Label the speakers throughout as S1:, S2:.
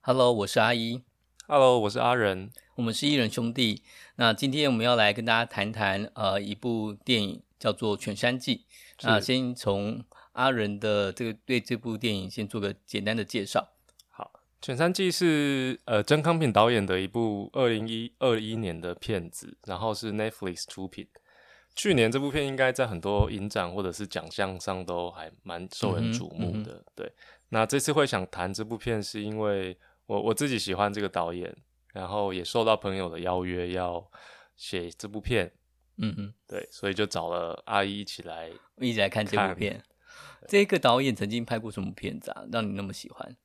S1: Hello，我是阿一，
S2: Hello，我是阿仁。
S1: 我们是艺人兄弟。那今天我们要来跟大家谈谈呃一部电影叫做《犬山记》。
S2: 是
S1: 那先从阿仁的这个对这部电影先做个简单的介绍。
S2: 《犬山记》是呃曾康平导演的一部二零一二一年的片子，然后是 Netflix 出品。去年这部片应该在很多影展或者是奖项上都还蛮受人瞩目的。对，那这次会想谈这部片，是因为我我自己喜欢这个导演，然后也受到朋友的邀约要写这部片，
S1: 嗯哼，
S2: 对，所以就找了阿姨一起来
S1: 一起来看这部
S2: 看
S1: 片。这个导演曾经拍过什么片子啊？让你那么喜欢？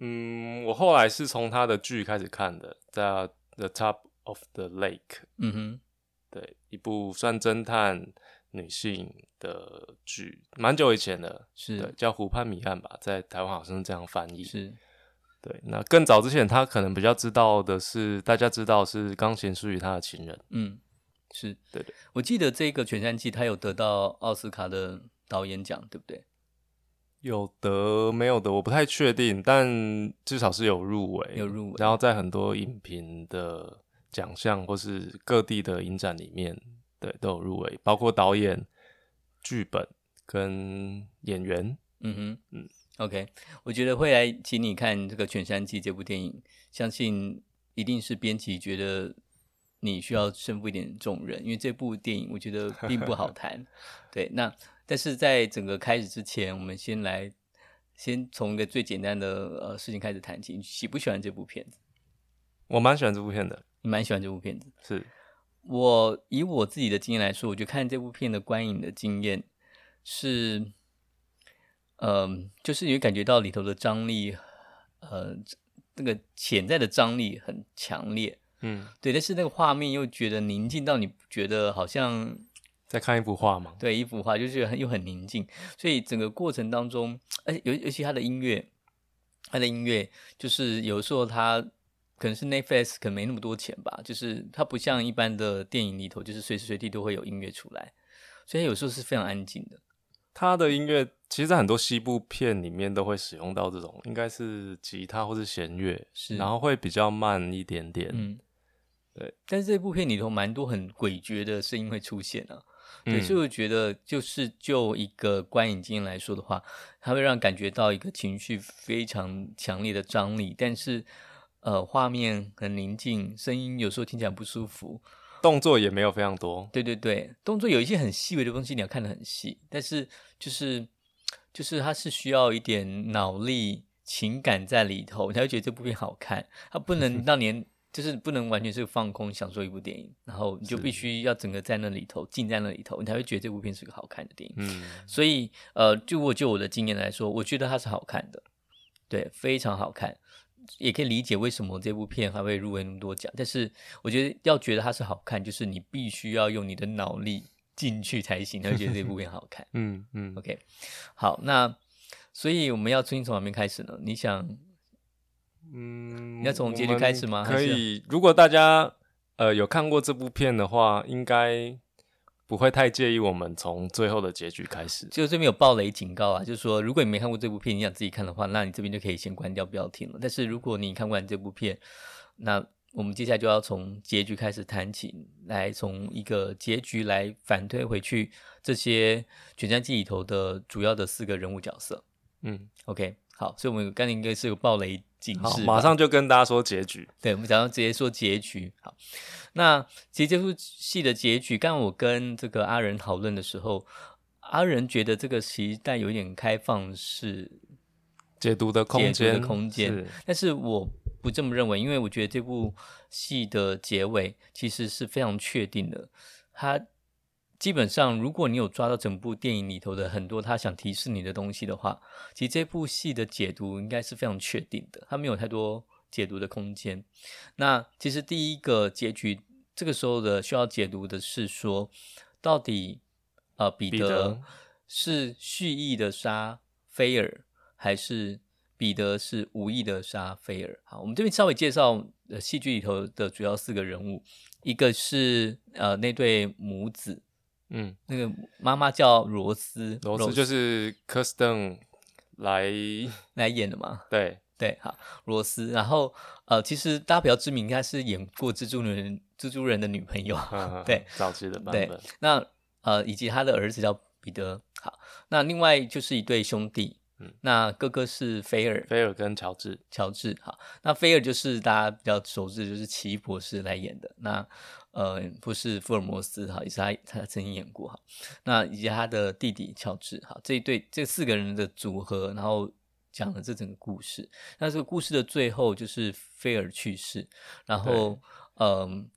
S2: 嗯，我后来是从他的剧开始看的，在《The Top of the Lake》
S1: 嗯哼，
S2: 对一部算侦探女性的剧，蛮久以前的，对
S1: 是，
S2: 叫《湖畔谜案》吧，在台湾好像是这样翻译。
S1: 是，
S2: 对，那更早之前，他可能比较知道的是，大家知道是钢琴师与他的情人，
S1: 嗯，是。
S2: 对对，
S1: 我记得这个《犬山记》他有得到奥斯卡的导演奖，对不对？
S2: 有得没有得我不太确定，但至少是有入围，
S1: 有入围
S2: 然后在很多影评的奖项或是各地的影展里面，对都有入围，包括导演、剧本跟演员。
S1: 嗯哼，嗯
S2: 嗯
S1: ，OK，我觉得会来请你看这个《犬山记》这部电影，相信一定是编辑觉得你需要身负一点重任，因为这部电影我觉得并不好谈。对，那但是在整个开始之前，我们先来先从一个最简单的呃事情开始谈起，你喜不喜欢这部片子？
S2: 我蛮喜欢这部片的，
S1: 你蛮喜欢这部片子。
S2: 是
S1: 我以我自己的经验来说，我就看这部片的观影的经验是，嗯、就是有感觉到里头的张力，呃，那个潜在的张力很强烈，
S2: 嗯，
S1: 对，但是那个画面又觉得宁静到你觉得好像
S2: 在看一幅画吗？
S1: 对一幅画，就是很又很宁静，所以整个过程当中，而且尤尤其他的音乐，他的音乐就是有时候他可能是 Netflix 可能没那么多钱吧，就是它不像一般的电影里头，就是随时随地都会有音乐出来，所以有时候是非常安静的。
S2: 他的音乐其实，在很多西部片里面都会使用到这种，应该是吉他或是弦乐，
S1: 是
S2: 然后会比较慢一点点，
S1: 嗯，
S2: 对。
S1: 但是这部片里头蛮多很诡谲的声音会出现啊。对，
S2: 嗯
S1: 所以我觉得就是就一个观影经验来说的话，它会让感觉到一个情绪非常强烈的张力，但是呃，画面很宁静，声音有时候听起来不舒服。
S2: 动作也没有非常多，
S1: 对对对，动作有一些很细微的东西你要看得很细，但是就是就是它是需要一点脑力、情感在里头，你才会觉得这部片好看。它不能让你就是不能完全是放空享受一部电影，然后你就是必须要整个在那里头浸在那里头，你才会觉得这部片是个好看的电影。
S2: 嗯，。
S1: 所以呃，就我就我的经验来说，我觉得它是好看的，对，非常好看，也可以理解为什么这部片还会入围那么多奖。但是我觉得要觉得它是好看，就是你必须要用你的脑力进去才行，才会觉得这部片好看
S2: 嗯嗯
S1: OK，好，那所以我们要重新从哪边开始呢？你想，
S2: 嗯，
S1: 要从结局
S2: 我们
S1: 开始吗还
S2: 可
S1: 是
S2: 以，如果大家呃有看过这部片的话，应该不会太介意我们从最后的结局开始。
S1: 就这边有暴雷警告啊，就是说如果你没看过这部片，你想自己看的话，那你这边就可以先关掉，不要听了。但是如果你看完这部片，那我们接下来就要从结局开始谈起，来从一个结局来反推回去这些《全战记》里头的主要的四个人物角色。
S2: 嗯，
S1: OK，好，所以我们刚才应该是有暴雷警
S2: 好，
S1: 示，
S2: 马上就跟大家说结局。
S1: 对，我们想要直接说结局。好，那其实这部戏的结局，刚刚我跟这个阿仁讨论的时候，阿仁觉得这个时代有一点开放式，
S2: 解读的空
S1: 解读
S2: 间，
S1: 的空间
S2: 是
S1: 但是我不这么认为，因为我觉得这部戏的结尾其实是非常确定的。它基本上，如果你有抓到整部电影里头的很多他想提示你的东西的话，其实这部戏的解读应该是非常确定的，它没有太多解读的空间。那其实第一个结局，这个时候的需要解读的是说，到底呃彼
S2: 彼得
S1: 得是蓄意的杀菲尔，还是彼得是无意的杀菲尔？好，我们这边稍微介绍呃戏剧里头的主要四个人物，一个是呃那对母子，
S2: 嗯，
S1: 那个妈妈叫罗斯，
S2: 罗斯就是 Kirsten 来，
S1: 来演的嘛，
S2: 对，
S1: 对，好，罗斯。然后呃，其实大家比较知名应该是演过蜘蛛人蜘蛛人的女朋友，
S2: 嗯
S1: 对，
S2: 早期的版
S1: 对
S2: 本，，
S1: 那呃，以及他的儿子叫彼得。好，那另外就是一对兄弟，
S2: 嗯
S1: 那哥哥是菲尔，
S2: 菲尔跟乔治，
S1: 乔治。好，那菲尔就是大家比较熟知，就是奇异博士来演的。那呃，不是福尔摩斯哈，也是他他曾经演过哈。那以及他的弟弟乔治哈，这一对这四个人的组合，然后讲了这整个故事。那这个故事的最后就是菲尔去世，然后嗯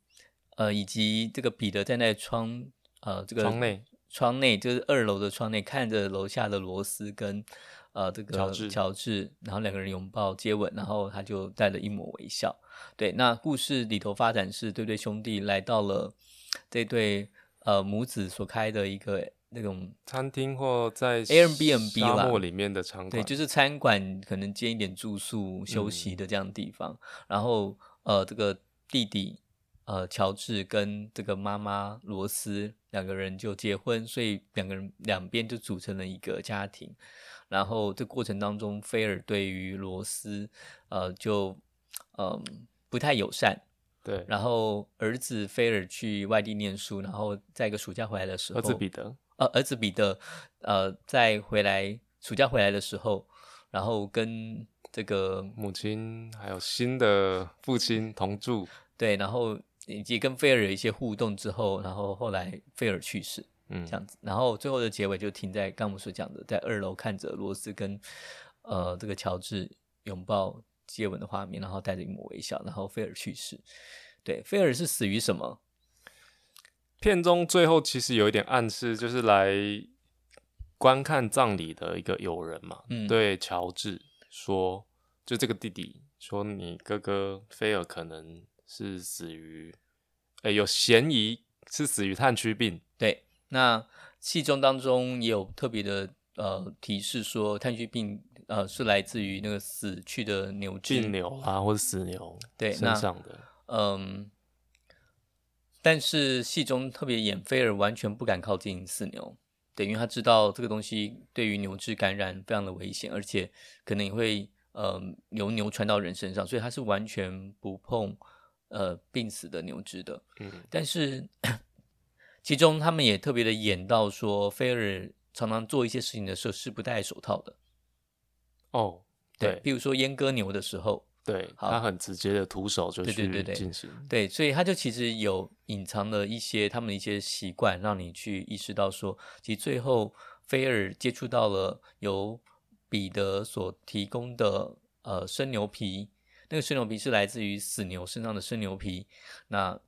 S1: 呃以及这个彼得站在窗呃这个
S2: 窗内
S1: 窗内就是二楼的窗内看着楼下的罗斯跟呃这个
S2: 乔治
S1: 乔治，然后两个人拥抱接吻，然后他就带了一抹微笑。对，那故事里头发展是这对兄弟来到了这对呃母子所开的一个那种
S2: 餐厅或在
S1: Airbnb
S2: 沙
S1: 啦
S2: 漠里面的餐
S1: 对，
S2: 馆，
S1: 就是餐馆可能兼一点住宿、休息
S2: 嗯
S1: 的这样的地方。然后呃，这个弟弟呃乔治跟这个妈妈罗斯两个人就结婚，所以两个人两边就组成了一个家庭。然后这过程当中，菲尔对于罗斯呃就嗯、不太友善。
S2: 对，
S1: 然后儿子菲尔去外地念书，然后在一个暑假回来的时候，
S2: 儿子彼得，
S1: 呃，儿子彼得，呃，在回来暑假回来的时候，然后跟这个
S2: 母亲还有新的父亲同住，
S1: 对，然后以及跟菲尔有一些互动之后，然后后来菲尔去世
S2: 嗯
S1: 这，样子，然后最后的结尾就停在刚我们所讲的，在二楼看着罗斯跟呃这个乔治拥抱接吻的画面，然后带着一抹微笑，然后菲尔去世。对，菲尔是死于什么？
S2: 片中最后其实有一点暗示，就是来观看葬礼的一个友人嘛，
S1: 嗯
S2: 对乔治说，就这个弟弟说，你哥哥菲尔可能是死于，呃，有嫌疑是死于炭疽病，
S1: 对，那戏中当中也有特别的呃提示说，炭疽病呃是来自于那个死去的牛只
S2: 病牛啊或者死牛
S1: 对那
S2: 身上的，
S1: 嗯，但是戏中特别演菲尔完全不敢靠近死牛，对，因为他知道这个东西对于牛只感染非常的危险，而且可能也会呃由牛传到人身上，所以他是完全不碰呃病死的牛只的。
S2: 嗯，
S1: 但是其中他们也特别的演到说，菲尔常常做一些事情的时候是不戴手套的。
S2: 哦，对
S1: 比如说阉割牛的时候，
S2: 对，
S1: 好
S2: 他很直接的徒手就
S1: 对对对
S2: 去
S1: 对
S2: 进行，
S1: 对，所以他就其实有隐藏了一些他们的一些习惯，让你去意识到说，其实最后菲尔接触到了由彼得所提供的呃生牛皮，那个生牛皮是来自于死牛身上的生牛皮。那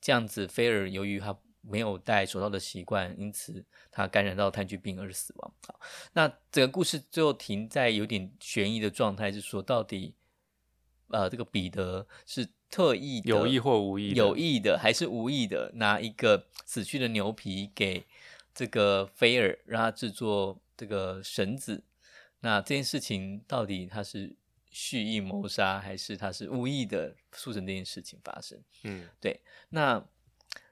S1: 这样子，菲尔由于他没有戴手套的习惯，因此他感染到炭疽病而死亡。好，那整个故事最后停在有点悬疑的状态，是说到底，呃，这个彼得是特意的
S2: 有意或无意的
S1: 有意的还是无意的拿一个死去的牛皮给这个菲尔，让他制作这个绳子。那这件事情到底他是蓄意谋杀，还是他是无意的促成这件事情发生？
S2: 嗯。
S1: 那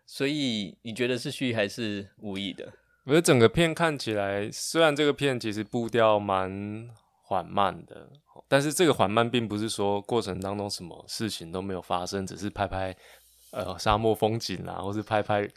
S1: 所以你觉得是蓄意还是无意的？
S2: 我觉得整个片看起来，虽然这个片其实步调蛮缓慢的，但是这个缓慢并不是说过程当中什么事情都没有发生，只是拍拍呃沙漠风景啊，或是拍拍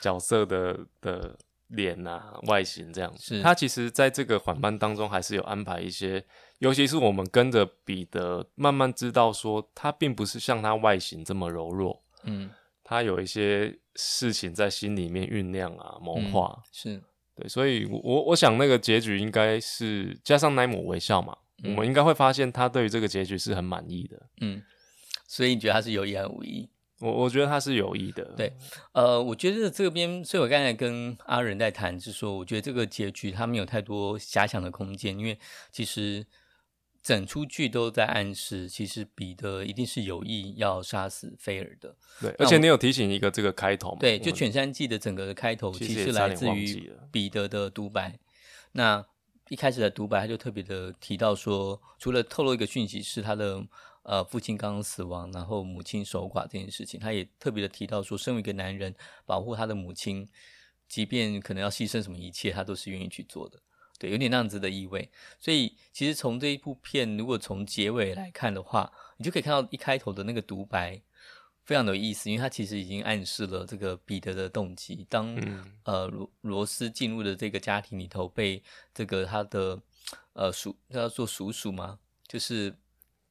S2: 角色的的脸啊、外形这样子。
S1: 是
S2: 它其实在这个缓慢当中还是有安排一些，尤其是我们跟着彼得慢慢知道说，他并不是像他外形这么柔弱，
S1: 嗯，
S2: 他有一些事情在心里面酝酿啊、谋
S1: 嗯
S2: 划。
S1: 是
S2: 对，所以我我我想那个结局应该是加上那一抹微笑嘛，
S1: 嗯
S2: 我们应该会发现他对于这个结局是很满意的。
S1: 嗯，所以你觉得他是有意还是无意？
S2: 我我觉得他是有意的。
S1: 对呃，我觉得这边，所以我刚才跟阿仁在谈，是说，我觉得这个结局他没有太多遐想的空间，因为其实整出剧都在暗示，其实彼得一定是有意要杀死菲尔的。
S2: 对，而且你有提醒一个这个开头嘛？
S1: 对，
S2: 我
S1: 就《
S2: 们
S1: 犬山记》的整个的开头
S2: 其
S1: 其
S2: 实也
S1: 实
S2: 差
S1: 来
S2: 点
S1: 自
S2: 忘记
S1: 于
S2: 了
S1: 彼得的独白。那一开始的独白，他就特别的提到说，除了透露一个讯息是他的呃父亲刚刚死亡，然后母亲守寡这件事情，他也特别的提到说，身为一个男人，保护他的母亲，即便可能要牺牲什么一切，他都是愿意去做的。对，有点那样子的意味。所以其实从这一部片，如果从结尾来看的话，你就可以看到一开头的那个独白非常有意思，因为它其实已经暗示了这个彼得的动机。当、
S2: 嗯
S1: 呃罗罗斯进入的这个家庭里头，被这个他的呃叔叫做叔叔吗？就是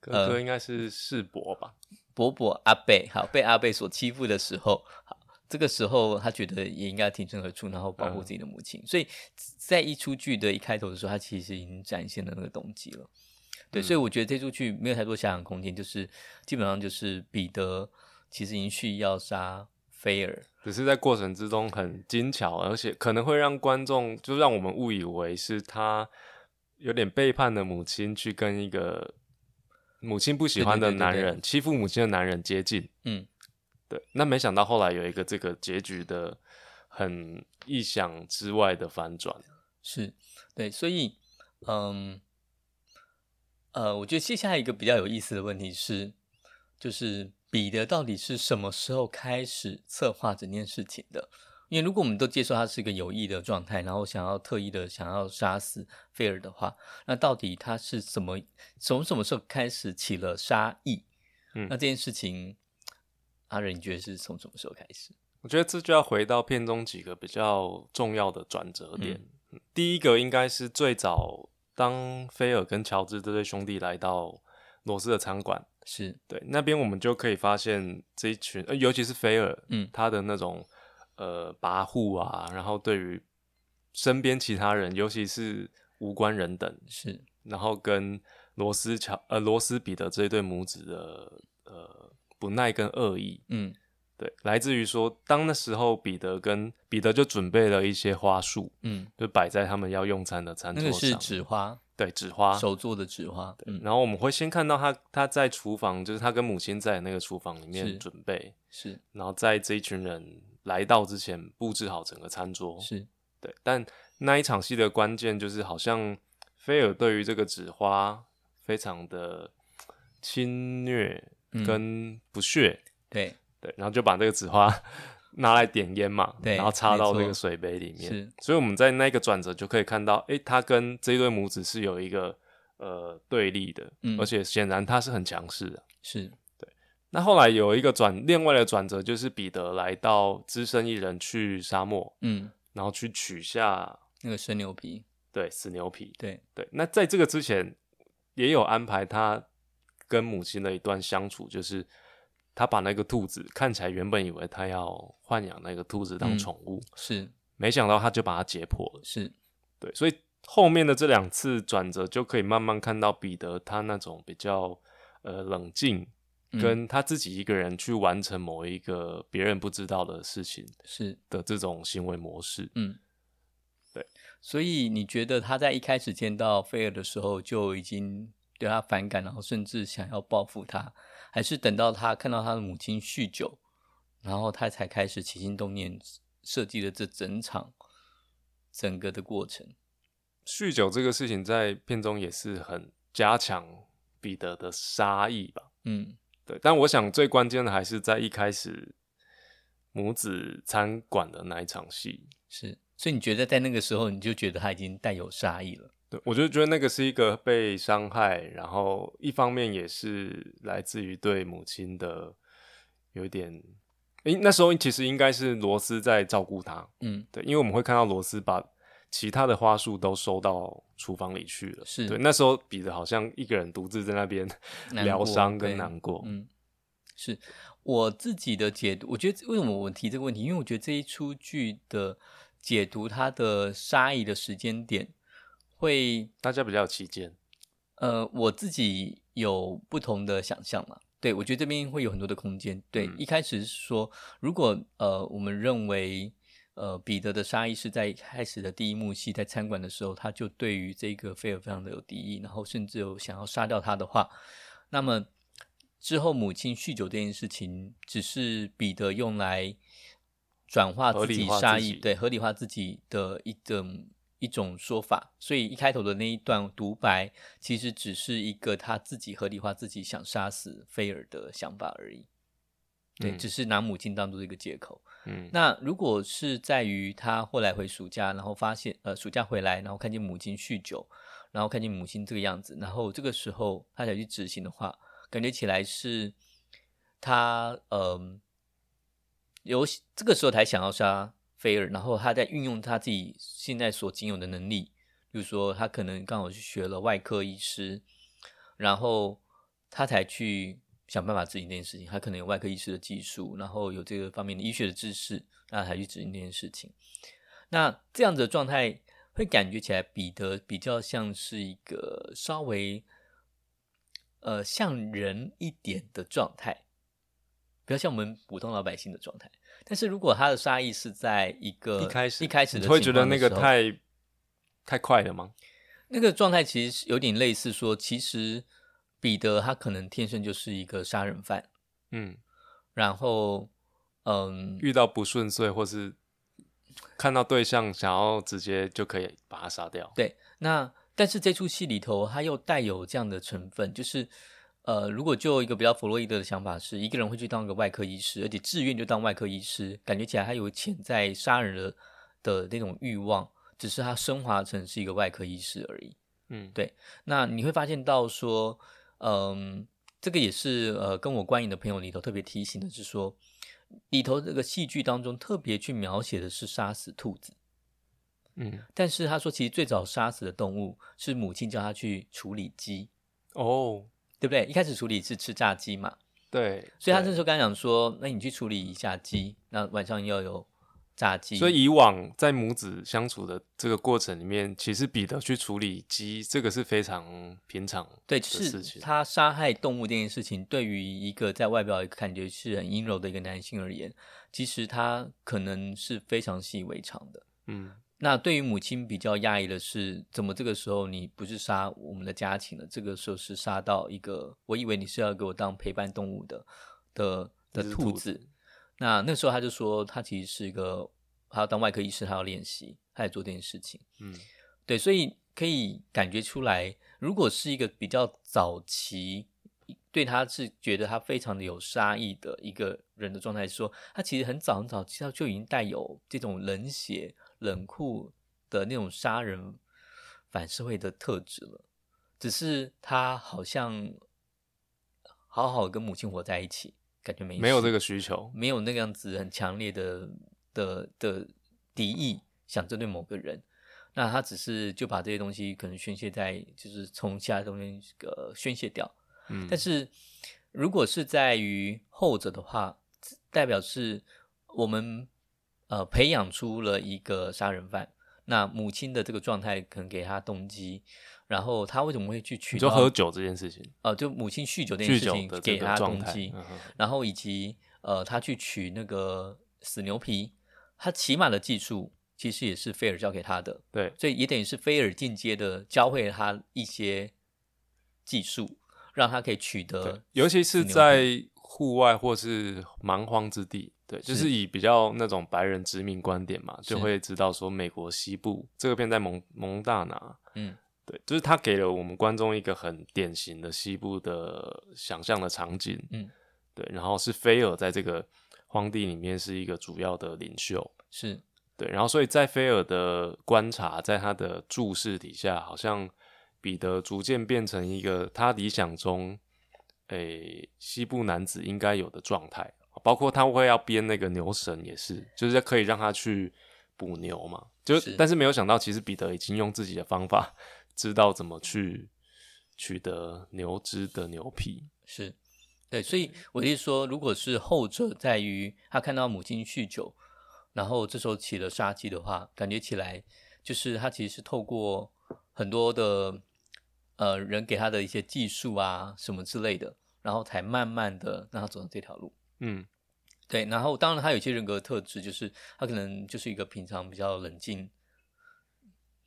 S1: 呃
S2: 哥哥应该是世博吧？
S1: 伯伯阿贝，好被阿贝所欺负的时候，好这个时候他觉得也应该挺身而出，然后保护自己的母亲。所以在一出剧的一开头的时候，他其实已经展现了那个动机了。对，
S2: 嗯
S1: 所以我觉得这出剧没有太多遐想空间，就是基本上就是彼得其实已经蓄意要杀菲尔，
S2: 只是在过程之中很精巧，而且可能会让观众就让我们误以为是他有点背叛的母亲去跟一个母亲不喜欢的
S1: 对对对对
S2: 男
S1: 对
S2: 人欺负母亲的男人接近。
S1: 嗯，
S2: 对。那没想到后来有一个这个结局的很意想之外的反转。
S1: 是对，所以，嗯，呃，我觉得接下来一个比较有意思的问题是，就是彼得到底是什么时候开始策划整件事情的？因为如果我们都接受他是一个有意的状态，然后想要特意的想要杀死菲尔的话，那到底他是怎么从什么时候开始起了杀意？
S2: 嗯
S1: 那这件事情，阿仁你觉得是从什么时候开始？
S2: 我觉得这就要回到片中几个比较重要的转折点。嗯第一个应该是最早当菲尔跟乔治这对兄弟来到罗斯的餐馆，
S1: 是
S2: 对，那边我们就可以发现这一群，呃、尤其是菲尔，
S1: 嗯
S2: 他的那种呃跋扈啊，然后对于身边其他人，尤其是无关人等，
S1: 是，
S2: 然后跟罗斯乔呃罗斯彼得这一对母子的呃不耐跟恶意，
S1: 嗯
S2: 对，来自于说，当那时候彼得跟彼得就准备了一些花束，
S1: 嗯，
S2: 就摆在他们要用餐的餐
S1: 那
S2: 桌
S1: 个
S2: 上，
S1: 是纸花，
S2: 对纸花，
S1: 手做的纸花，嗯，
S2: 然后我们会先看到他他在厨房，就是他跟母亲在那个厨房里
S1: 是
S2: 面准备，
S1: 是
S2: 然后在这一群人来到之前布置好整个餐桌。
S1: 是，
S2: 对，但那一场戏的关键就是好像菲尔对于这个纸花非常的侵略
S1: 嗯
S2: 跟不屑，
S1: 对，
S2: 对，然后就把这个纸花 拿来点烟嘛，
S1: 对
S2: 然后插到这
S1: 没
S2: 个
S1: 错
S2: 水杯里面。
S1: 是
S2: 所以我们在那个转折就可以看到，诶，他跟这一对母子是有一个呃对立的，
S1: 嗯
S2: 而且显然他是很强势的。
S1: 是，
S2: 那后来有一个转，另外的转折就是彼得来到只身一人去沙漠，
S1: 嗯，
S2: 然后去取下
S1: 那个生牛皮，
S2: 对死牛皮。
S1: 对，
S2: 对，那在这个之前也有安排他跟母亲的一段相处，就是他把那个兔子看起来原本以为他要豢养那个兔子当
S1: 嗯
S2: 宠物，
S1: 是
S2: 没想到他就把它解剖了。
S1: 是，
S2: 对，所以后面的这两次转折就可以慢慢看到彼得他那种比较呃冷静，
S1: 嗯
S2: 跟他自己一个人去完成某一个别人不知道的事情
S1: 是，
S2: 的这种行为模式。
S1: 嗯，
S2: 对，
S1: 所以你觉得他在一开始见到菲尔的时候就已经对他反感，然后甚至想要报复他，还是等到他看到他的母亲酗酒，然后他才开始起心动念设计了这整场整个的过程？
S2: 酗酒这个事情在片中也是很加强彼得的杀意吧。
S1: 嗯，
S2: 对，但我想最关键的还是在一开始母子餐馆的那一场戏。
S1: 是，所以你觉得在那个时候你就觉得他已经带有杀意了？
S2: 对，我就觉得那个是一个被伤害，然后一方面也是来自于对母亲的有一点，诶，那时候其实应该是罗斯在照顾他，
S1: 嗯，
S2: 对，因为我们会看到罗斯把其他的花束都收到厨房里去了，
S1: 是
S2: 对，那时候彼得好像一个人独自在那边
S1: 难
S2: 疗
S1: 过
S2: 伤跟
S1: 对
S2: 难过，
S1: 嗯，是我自己的解读。我觉得为什么我提这个问题，因为我觉得这一出剧的解读它的杀意的时间点会，
S2: 大家比较有期间，
S1: 呃，我自己有不同的想象嘛。对，我觉得这边会有很多的空间。对，
S2: 嗯
S1: 一开始是说，如果呃，我们认为呃，彼得的杀意是在一开始的第一幕戏在餐馆的时候，他就对于这个菲尔非常的有敌意，然后甚至有想要杀掉他的话，那么之后母亲酗酒这件事情，只是彼得用来转化
S2: 合
S1: 自
S2: 理
S1: 己
S2: 化自
S1: 杀
S2: 己
S1: 意，对，合理化自己的一种一种说法。所以一开头的那一段独白，其实只是一个他自己合理化自己想杀死菲尔的想法而已。对，
S2: 嗯
S1: 只是拿母亲当做一个借口。
S2: 嗯
S1: 那如果是在于他后来回暑假，然后发现呃暑假回来，然后看见母亲酗酒，然后看见母亲这个样子，然后这个时候他才去执行的话，感觉起来是他嗯、有这个时候才想要杀菲尔，然后他在运用他自己现在所仅有的能力，比如说他可能刚好去学了外科医师，然后他才去想办法执行这件事情。他可能有外科医师的技术，然后有这个方面的医学的知识，那才去执行这件事情。那这样子的状态会感觉起来，彼得比较像是一个稍微呃像人一点的状态，比较像我们普通老百姓的状态。但是如果他的杀意是在一个
S2: 一开始
S1: 一开始的
S2: 你会觉
S1: 情
S2: 得
S1: 况的
S2: 那个
S1: 时候
S2: 太太快了吗？
S1: 那个状态其实是有点类似说，其实彼得他可能天生就是一个杀人犯，
S2: 嗯，
S1: 然后嗯，
S2: 遇到不顺遂或是看到对象想要直接就可以把他杀掉。
S1: 对，那但是这出戏里头他又带有这样的成分，就是呃，如果就一个比较弗洛伊德的想法是，一个人会去当一个外科医师，而且自愿就当外科医师，感觉起来他有潜在杀人的的那种欲望，只是他升华成是一个外科医师而已。
S2: 嗯，
S1: 对那你会发现到说，嗯，这个也是呃，跟我观影的朋友里头特别提醒的是说，里头这个戏剧当中特别去描写的是杀死兔子，
S2: 嗯，
S1: 但是他说其实最早杀死的动物是母亲叫他去处理鸡，
S2: 哦，
S1: 对不对？一开始处理是吃炸鸡嘛，
S2: 对，
S1: 所以他那
S2: 对
S1: 时候刚讲说，那你去处理一下鸡，那晚上要有炸鸡，
S2: 所以以往在母子相处的这个过程里面，其实彼得去处理鸡，这个是非常平常
S1: 对，
S2: 的
S1: 就
S2: 事
S1: 是
S2: 情。
S1: 他杀害动物这件事情，对于一个在外表感觉是很阴柔的一个男性而言，其实他可能是非常习以为常的。
S2: 嗯，
S1: 那对于母亲比较讶异的是，怎么这个时候你不是杀我们的家禽了，这个时候是杀到一个我以为你是要给我当陪伴动物的的的
S2: 一只
S1: 兔
S2: 兔子
S1: 子。那那时候他就说，他其实是一个，他要当外科医师，他要练习，他也做这件事情。
S2: 嗯，
S1: 对，所以可以感觉出来，如果是一个比较早期，对他是觉得他非常的有杀意的一个人的状态说，他其实很早很早，其实就已经带有这种冷血、冷酷的那种杀人反社会的特质了。只是他好像好好跟母亲活在一起，感觉没
S2: 没有
S1: 事
S2: 这个需求。
S1: 没有那个样子很强烈的的的敌意，想针对某个人。那他只是就把这些东西可能宣泄在，就是从其他东西呃宣泄掉。
S2: 嗯，
S1: 但是如果是在于后者的话，代表是我们呃培养出了一个杀人犯。那母亲的这个状态可能给他动机，然后他为什么会去取
S2: 你说
S1: 到
S2: 喝酒这件事情，
S1: 呃，就母亲酗酒这件
S2: 酗
S1: 事
S2: 酒
S1: 情
S2: 的这
S1: 给
S2: 个
S1: 他
S2: 状
S1: 动
S2: 态
S1: 机，
S2: 嗯哼
S1: 然后以及呃，他去取那个死牛皮，他骑马的技术其实也是菲尔教给他的，
S2: 对，
S1: 所以也等于是菲尔间接的教会他一些技术，让他可以取
S2: 对
S1: 得，
S2: 尤其是
S1: 牛逼
S2: 在户外或是蛮荒之地，对，就是是以比较那种白人殖民观点嘛，就是会知道说美国西部这个片在蒙蒙大拿，
S1: 嗯，
S2: 对，就是他给了我们观众一个很典型的西部的想象的场景，
S1: 嗯，
S2: 对，然后是菲尔在这个荒地里面是一个主要的领袖，
S1: 是
S2: 对，然后所以在菲尔的观察，在他的注视底下，好像彼得逐渐变成一个他理想中，诶、西部男子应该有的状态。包括他会要编那个牛绳，也是，就是可以让他去捕牛嘛。就是但是没有想到，其实彼得已经用自己的方法，知道怎么去取得牛只的牛皮。
S1: 是，对，所以我是说，如果是后者在于他看到母亲酗酒，然后这时候起了杀机的话，感觉起来就是他其实是透过很多的呃人给他的一些技术啊什么之类的，然后才慢慢的让他走上这条路。
S2: 嗯，
S1: 对，然后当然他有些人格特质，就是他可能就是一个平常比较冷静，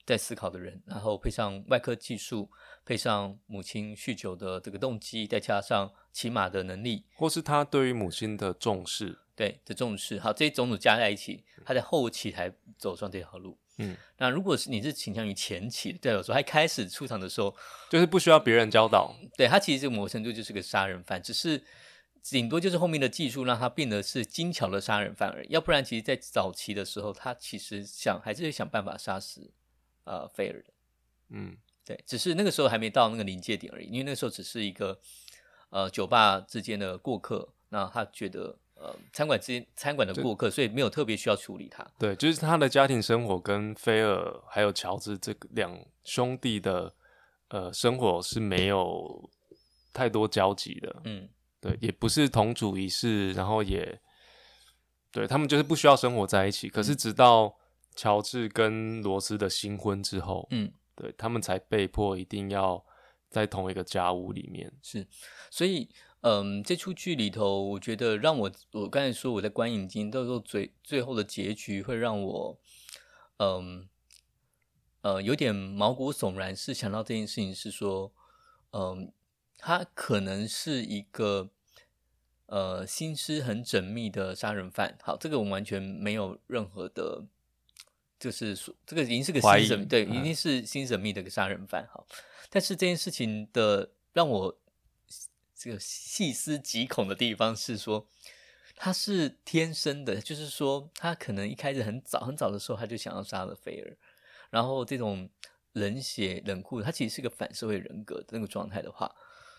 S1: 在思考的人，然后配上外科技术，配上母亲酗酒的这个动机，再加上骑马的能力，
S2: 或是他对于母亲的重视。
S1: 对的重视，好，这些种种加在一起，他在后期才走上这条路。
S2: 嗯，
S1: 那如果是你是倾向于前期，代表说他一开始出场的时候，
S2: 就是不需要别人教导。
S1: 对他其实某个程度就是个杀人犯，只是顶多就是后面的技术让他变得是精巧的杀人犯而已，要不然其实，在早期的时候，他其实想还是会想办法杀死呃菲尔的。
S2: 嗯
S1: 对，只是那个时候还没到那个临界点而已，因为那个时候只是一个呃酒吧之间的过客，那他觉得呃餐馆之间餐馆的过客，所以没有特别需要处理他。
S2: 对，就是他的家庭生活跟菲尔还有乔治这个两兄弟的呃生活是没有太多交集的，
S1: 嗯，
S2: 对，也不是同主一室，然后也对他们就是不需要生活在一起。可
S1: 嗯
S2: 是直到乔治跟罗斯的新婚之后，
S1: 嗯，
S2: 对他们才被迫一定要在同一个家屋里面。
S1: 所以嗯这出剧里头，我觉得让我我刚才说我在观影经，到时候最最后的结局会让我嗯呃有点毛骨悚然，是想到这件事情是说，嗯，他可能是一个呃心思很缜密的杀人犯。好，这个我们完全没有任何的，就是说这个已经是个心
S2: 怀疑
S1: 缜密对，
S2: 嗯
S1: 一定是心缜密的一个杀人犯。好，但是这件事情的让我这个细思极恐的地方是说。他是天生的，就是说，他可能一开始很早很早的时候，他就想要杀了菲尔，然后这种冷血冷酷，他其实是个反社会人格的那个状态的话，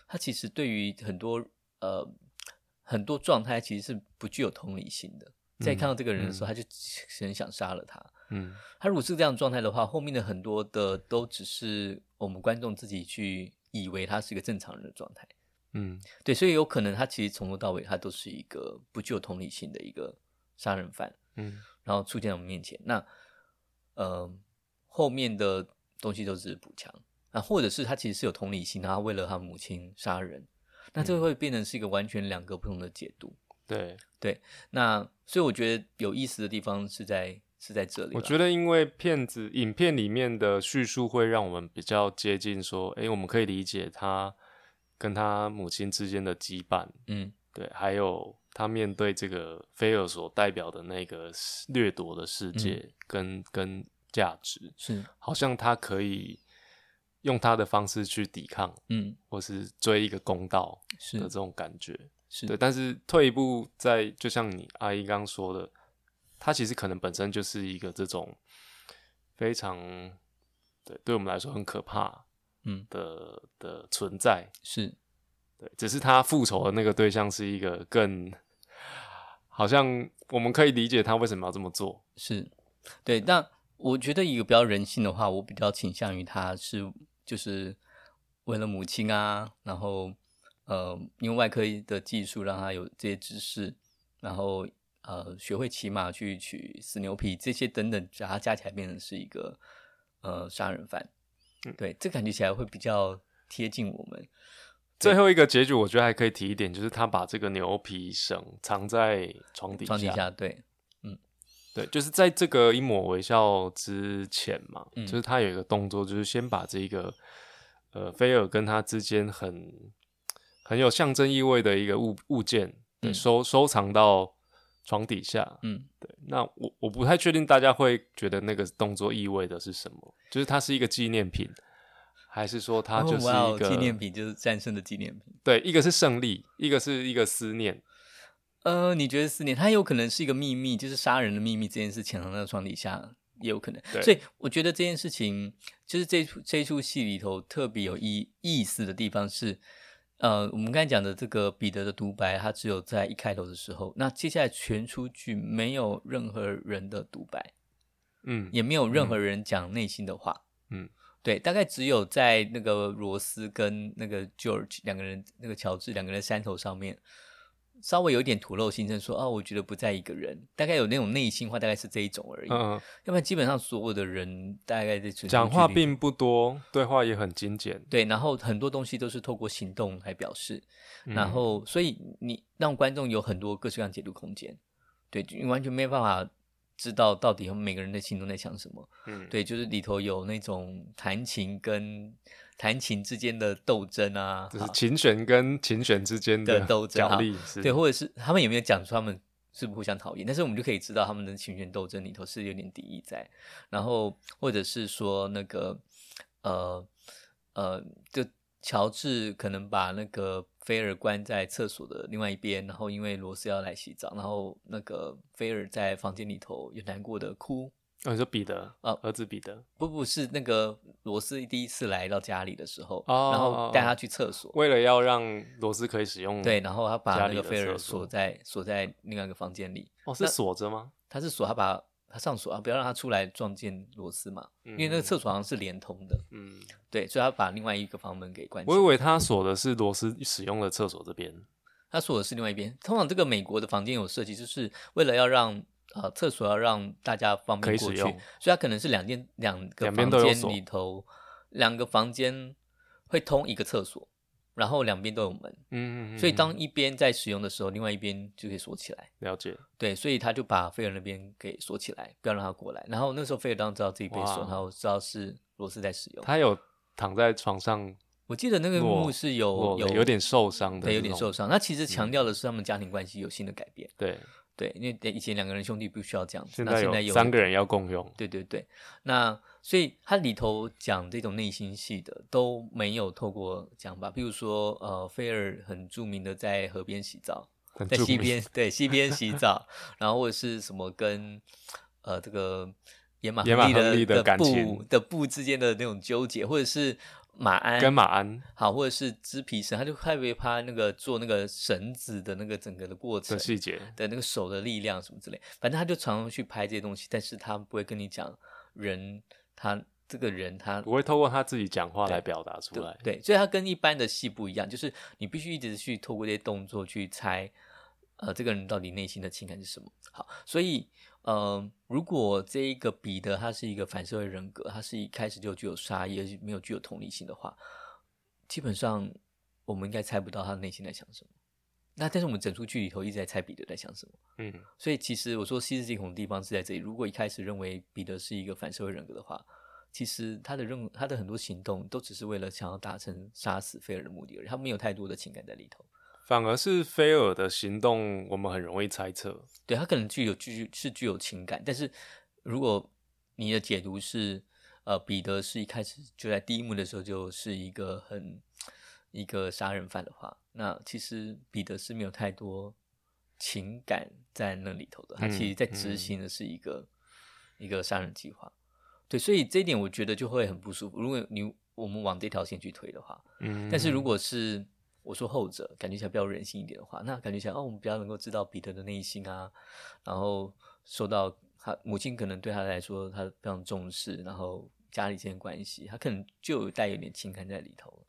S1: 他其实对于很多呃很多状态其实是不具有同理心的。在看到这个人的时候，
S2: 嗯
S1: 他就很想杀了他。
S2: 嗯
S1: 他如果是这样的状态的话，后面的很多的都只是我们观众自己去以为他是一个正常人的状态。
S2: 嗯
S1: 对，所以有可能他其实从头到尾他都是一个不具有同理心的一个杀人犯。
S2: 嗯
S1: 然后出现在我们面前。那呃，后面的东西都只是补强啊，或者是他其实是有同理心，他为了他母亲杀人，那这
S2: 嗯
S1: 会变成是一个完全两个不同的解读。
S2: 对，
S1: 那所以我觉得有意思的地方是在是在这里啦。
S2: 我觉得因为片子影片里面的叙述会让我们比较接近，说，诶，我们可以理解他跟他母亲之间的羁绊，
S1: 嗯
S2: 对，还有他面对这个菲尔所代表的那个掠夺的世界
S1: 嗯
S2: 跟、跟价值，
S1: 是
S2: 好像他可以用他的方式去抵抗，
S1: 嗯
S2: 或是追一个公道的
S1: 是
S2: 这种感觉。
S1: 是
S2: 对，但是退一步在，就像你阿姨刚刚说的，他其实可能本身就是一个这种非常对对我们来说很可怕
S1: 嗯
S2: 的的存在，
S1: 是
S2: 对，只是他复仇的那个对象是一个更，好像我们可以理解他为什么要这么做。
S1: 是，对。那我觉得一个比较人性的话，我比较倾向于他是就是为了母亲啊，然后呃，因为外科的技术让他有这些知识，然后呃，学会骑马去取死牛皮这些等等，把它加起来变成是一个呃杀人犯。
S2: 嗯
S1: 对，这感觉起来会比较贴近我们。
S2: 最后一个结局，我觉得还可以提一点，就是他把这个牛皮绳藏在床底
S1: 床底下，对，
S2: 对，就是在这个一抹微笑之前嘛，
S1: 嗯
S2: 就是他有一个动作，就是先把这一个呃菲尔跟他之间很很有象征意味的一个物物件，对，
S1: 嗯
S2: 收收藏到床底下。
S1: 嗯，
S2: 对，那我我不太确定大家会觉得那个动作意味的是什么，就是它是一个纪念品，还是说它就是
S1: 哦哇
S2: 一
S1: 哦
S2: 个、
S1: 纪念？品，就是战胜的纪念品。
S2: 对，一个是胜利，一个是一个思念。
S1: 呃，你觉得思念，它有可能是一个秘密，就是杀人的秘密这件事潜藏在床底下，也有可能
S2: 对。
S1: 所以我觉得这件事情，就是这出这出戏里头特别有意意思的地方是，呃，我们刚才讲的这个彼得的独白，它只有在一开头的时候，那接下来全出剧没有任何人的独白。
S2: 嗯，
S1: 也没有任何人讲内心的话。
S2: 嗯，
S1: 对，大概只有在那个罗斯跟那个 George 两个人，那个乔治两个人山头上面，稍微有一点吐露心声，说啊，我觉得不在一个人，大概有那种内心话，大概是这一种而已。
S2: 嗯嗯，
S1: 要不然基本上所有的人大概在存
S2: 讲话并不多，对话也很精简。
S1: 对，然后很多东西都是透过行动来表示，
S2: 嗯
S1: 然后所以你让观众有很多各式各样解读空间，对，就你完全没办法知道到底每个人的心中在想什么。
S2: 嗯，
S1: 对，就是里头有那种弹琴跟弹琴之间的斗争啊，
S2: 就是
S1: 好
S2: 琴弦跟琴弦之间
S1: 的斗争
S2: 角
S1: 哈
S2: 力，是
S1: 对，或者是他们有没有讲出他们是不是互相讨厌，但是我们就可以知道他们的情权斗争里头是有点敌意在，然后或者是说那个呃呃，就乔治可能把那个菲尔关在厕所的另外一边，然后因为罗斯要来洗澡，然后那个菲尔在房间里头也难过的哭。
S2: 哦，你说彼得
S1: 啊
S2: 儿子彼得，
S1: 不不是那个罗斯第一次来到家里的时候，
S2: 哦
S1: 然后带他去厕所，
S2: 为了要让罗斯可以使用，
S1: 对，，然后他把
S2: 家
S1: 那
S2: 里
S1: 个
S2: 的
S1: 菲
S2: 厕
S1: 尔
S2: 所
S1: 锁在锁在另外一个房间里，
S2: 哦，是锁着吗？
S1: 他是锁，他把他上锁啊，不要让他出来撞见罗斯嘛，因为那个厕所好像是连通的，
S2: 嗯，嗯
S1: 对，所以他把另外一个房门给关起
S2: 我以
S1: 来。
S2: 为他锁的是罗斯使用的厕所这边，
S1: 他锁的是另外一边。通常这个美国的房间有设计，就是为了要让呃厕所要让大家方
S2: 可
S1: 便
S2: 以
S1: 过
S2: 使
S1: 去，
S2: 用
S1: 所以它可能是两间两个
S2: 两边
S1: 房
S2: 都有
S1: 间
S2: 锁
S1: 里头，两个房间会通一个厕所，然后两边都有门，
S2: 嗯，嗯嗯
S1: 所以当
S2: 嗯
S1: 一边在使用的时候，另外一边就可以锁起来。
S2: 了解，
S1: 对，所以他就把菲尔那边给锁起来，不要让他过来。然后那时候菲尔当然知道自己被锁，
S2: 哇
S1: 然后知道是罗斯在使用。
S2: 他有躺在床上，
S1: 我记得那个
S2: 落
S1: 幕是有
S2: 落
S1: 有
S2: 有点受伤的
S1: 对，有
S2: 这
S1: 点
S2: 种嗯
S1: 受伤。那其实强调的是他们家庭关系有新的改变。
S2: 对，
S1: 对，因为以前两个人兄弟不需要这样子，
S2: 现
S1: 那
S2: 在
S1: 现在
S2: 有
S1: 有
S2: 三个人要共用，
S1: 对对对，那所以它里头讲这种内心戏的都没有透过讲吧，比如说呃，菲尔很著名的在河边洗澡，
S2: 很
S1: 在
S2: 著
S1: 溪
S2: 名
S1: 边对溪边洗澡，然后或者是什么跟呃这个野马
S2: 野马
S1: 亨
S2: 亨利的
S1: 的
S2: 感
S1: 布
S2: 情
S1: 的布之间的那种纠结，或者是马鞍
S2: 跟马鞍
S1: 好，或者是织皮绳，他就特别怕那个做那个绳子的那个整个的过程
S2: 的细节，
S1: 的那个手的力量什么之类，反正他就常常去拍这些东西，但是他不会跟你讲人他这个人他
S2: 不会透过他自己讲话来表达出来，
S1: 对，所以他跟一般的戏不一样，就是你必须一直去透过这些动作去猜，呃，这个人到底内心的情感是什么。好，所以呃，如果这一个彼得他是一个反社会人格，他是一开始就具有杀意，而且没有具有同理心的话，基本上我们应该猜不到他内心在想什么。那但是我们整出剧里头一直在猜彼得在想什么。
S2: 嗯，
S1: 所以其实我说西斯惊恐的地方是在这里。如果一开始认为彼得是一个反社会人格的话，其实他的任他的很多行动都只是为了想要达成杀死菲尔的目的而已，他没有太多的情感在里头。
S2: 反而是菲尔的行动，我们很容易猜测，
S1: 对他可能具有具是具有情感，但是如果你的解读是呃彼得是一开始就在第一幕的时候就是一个很一个杀人犯的话，那其实彼得是没有太多情感在那里头的，他
S2: 嗯
S1: 其实在
S2: 嗯
S1: 执行的是一个、一个杀人计划。对，所以这一点我觉得就会很不舒服。如果你我们往这条线去推的话，
S2: 嗯，
S1: 但是如果是我说后者，感觉起来比较人性一点的话，那感觉起来哦，我们比较能够知道彼得的内心啊，然后受到他母亲可能对他来说，他非常重视，然后家里之间的关系，他可能就有带有点情感在里头了。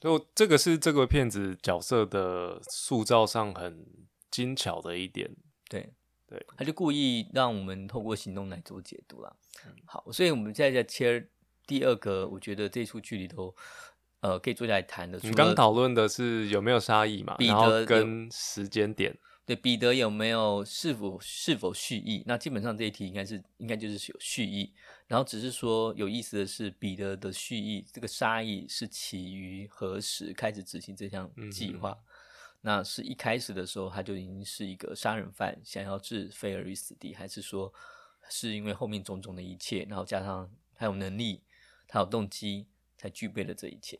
S2: 就这个是这个片子角色的塑造上很精巧的一点，
S1: 对，
S2: 对，
S1: 他就故意让我们透过行动来做解读啦。
S2: 嗯
S1: 好，所以我们现在在切第二个，我觉得这出剧里头，呃，可以坐下来谈的，
S2: 我
S1: 除
S2: 们
S1: 了
S2: 刚讨论的是有没有杀意嘛，
S1: 彼得
S2: 然后
S1: 有
S2: 跟时间点，
S1: 对彼得有没有是否是否蓄意？那基本上这一题应该是应该就是有蓄意，然后只是说有意思的是，彼得的蓄意这个杀意是起于何时开始执行这项计划？那是一开始的时候他就已经是一个杀人犯，想要置菲尔于死地，还是说是因为后面种种的一切，然后加上他有能力，他有动机，才具备了这一切？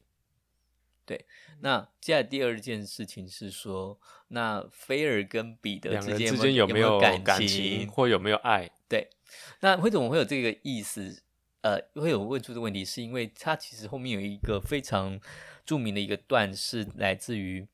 S1: 那接下来第二件事情是说，那菲尔跟彼得
S2: 两
S1: 之
S2: 人
S1: 间
S2: 之间有
S1: 没
S2: 没有
S1: 感
S2: 感情或有没有爱？
S1: 对，那为什么会有这个意思？呃，会有问出这个问题，是因为它其实后面有一个非常著名的一个段，是来自于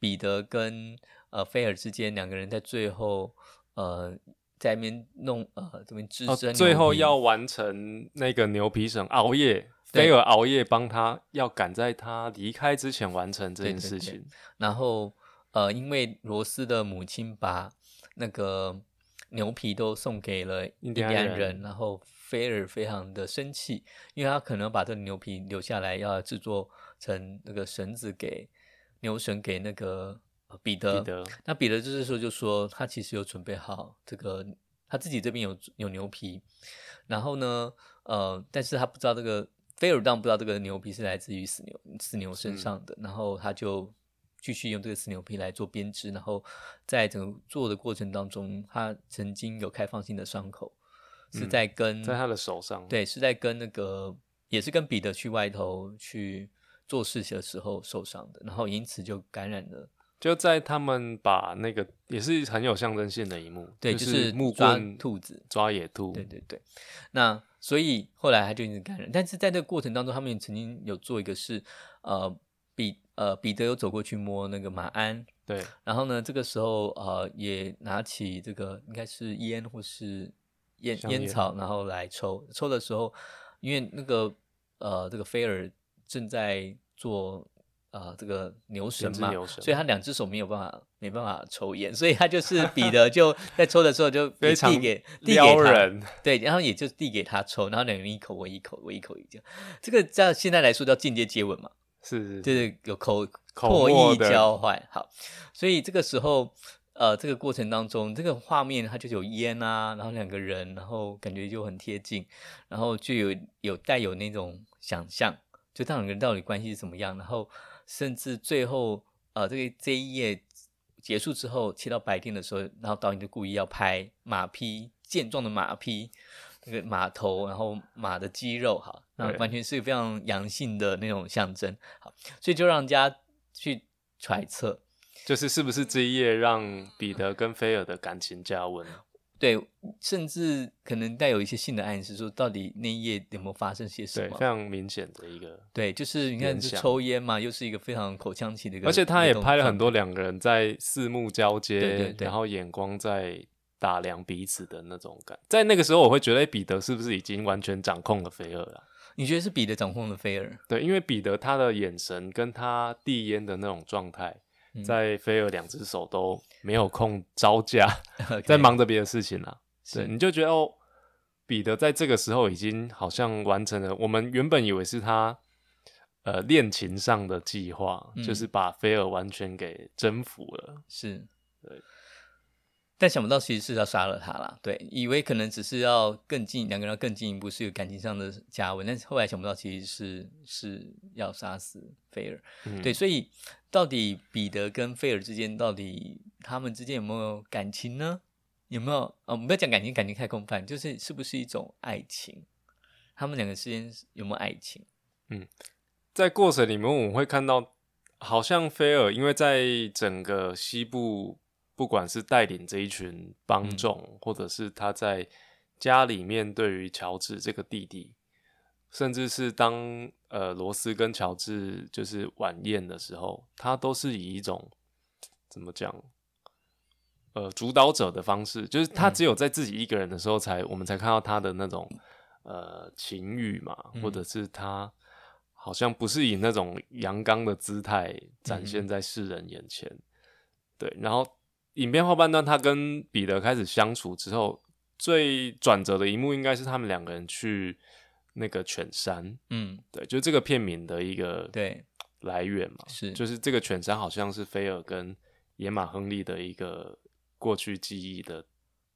S1: 彼得跟呃菲尔之间两个人在最后呃在那边弄呃这边支
S2: 哦，
S1: 撑、
S2: 最后要完成那个牛皮绳熬夜，
S1: 对
S2: 菲尔熬夜帮他，要赶在他离开之前完成这
S1: 对
S2: 件
S1: 对
S2: 事
S1: 对
S2: 情。
S1: 然后呃，因为罗斯的母亲把那个牛皮都送给了
S2: 印
S1: 印
S2: 第
S1: 第
S2: 安
S1: 安
S2: 人
S1: 人，然后菲尔非常的生气，因为他可能把这牛皮留下来，要制作成那个绳子给牛绳给那个呃彼得。
S2: 彼得
S1: 那彼得就是说，就说他其实有准备好这个，他自己这边有有牛皮，然后呢，呃，但是他不知道这个菲尔当然不知道这个牛皮是来自于死牛死牛身上的，然后他就继续用这个死牛皮来做编织，然后在整个做的过程当中，他曾经有开放性的伤口，是
S2: 嗯
S1: 在跟、
S2: 在他的手上，，
S1: 对，是在跟那个也是跟彼得去外头去做事情的时候受伤的，然后因此就感染了。
S2: 就在他们把那个也是很有象征性的一幕，
S1: 对，
S2: 就是木
S1: 抓
S2: 棍
S1: 兔子，
S2: 抓野兔，
S1: 对对对。那所以后来他就一直感染，但是在这个过程当中，他们也曾经有做一个是，呃，彼呃彼得有走过去摸那个马鞍，
S2: 对
S1: 然后呢，这个时候呃也拿起这个应该是烟或是烟
S2: 香烟
S1: 烟草，然后来抽，抽的时候，因为那个呃这个菲尔正在做。呃，这个牛
S2: 神
S1: 神
S2: 之
S1: 嘛，
S2: 牛神
S1: 所以他两只手没有办法，没办法抽烟，所以他就是彼得 就在抽的时候就
S2: 非常
S1: 递给递给
S2: 撩
S1: 他，
S2: 人，
S1: 对，然后也就递给他抽，然后两个人一口我一口我一口一样，这个在现在来说叫间接接吻嘛，
S2: 是是
S1: 就是是有口唾
S2: 口沫
S1: 液
S2: 的
S1: 交换。好，所以这个时候，呃，这个过程当中，这个画面它就有烟啊，然后两个人，然后感觉就很贴近，然后就有有带有那种想象，就他两个人到底关系是怎么样，然后甚至最后，呃，这个这一页结束之后，切到白天的时候，然后导演就故意要拍马匹健壮的马匹。那个马头，然后马的肌肉，哈，那
S2: 对
S1: 完全是非常阳性的那种象征。好，所以就让人家去揣测。
S2: 就是是不是这一夜让彼得跟菲尔的感情 加温？
S1: 对，甚至可能带有一些性的暗示，说到底那一夜有没有发生些什
S2: 对，
S1: 么
S2: 非？常明显的一个，
S1: 对，就是你看，
S2: 联
S1: 就
S2: 想
S1: 抽烟嘛，又是一个非常口腔期的一个，
S2: 而且他也
S1: 一种
S2: 拍了很
S1: 状
S2: 多两个人在四目交接，
S1: 对对对
S2: 然后眼光在打量彼此的那种感。在那个时候，我会觉得诶哎彼得是不是已经完全掌控了菲尔了？
S1: 态。你觉得是彼得掌控了菲尔？
S2: 对，因为彼得他的眼神跟他递烟的那种状态，
S1: 嗯
S2: 在菲尔两只手都没有空招架，在忙着别的事情啦。对，你
S1: 是
S2: 就觉得哦，彼得在这个时候已经好像完成了我们原本以为是他呃恋情上的计划，
S1: 嗯
S2: 就是把菲尔完全给征服了。
S1: 是，
S2: 对。
S1: 但想不到其实是要杀了他啦，对，以为可能只是要更进两个人要更进一步是有感情上的加温，但是后来想不到其实是是要杀死菲尔。
S2: 嗯
S1: 对，，所以到底彼得跟菲尔之间，到底他们之间有没有感情呢？有没有？呃，我们不要讲感情，感情太空泛，就是是不是一种爱情？他们两个之间有没有爱情？
S2: 在过程里面，我们会看到，好像菲尔因为在整个西部，不管是带领这一群帮众，或者是他在家里面对于乔治这个弟弟，甚至是当呃罗斯跟乔治就是晚宴的时候，他都是以一种怎么讲？呃，主导者的方式，就是他
S1: 嗯
S2: 只有在自己一个人的时候才，我们才看到他的那种呃情欲嘛，
S1: 嗯
S2: 或者是他好像不是以那种阳刚的姿态展
S1: 嗯
S2: 现在世人眼前。对，然后影片后半段，他跟彼得开始相处之后，最转折的一幕应该是他们两个人去那个犬山，
S1: 嗯，
S2: 对，就是这个片名的一个
S1: 对
S2: 来源嘛，
S1: 是
S2: 哦就是这个犬山好像是菲尔跟野马亨利的一个过去记忆的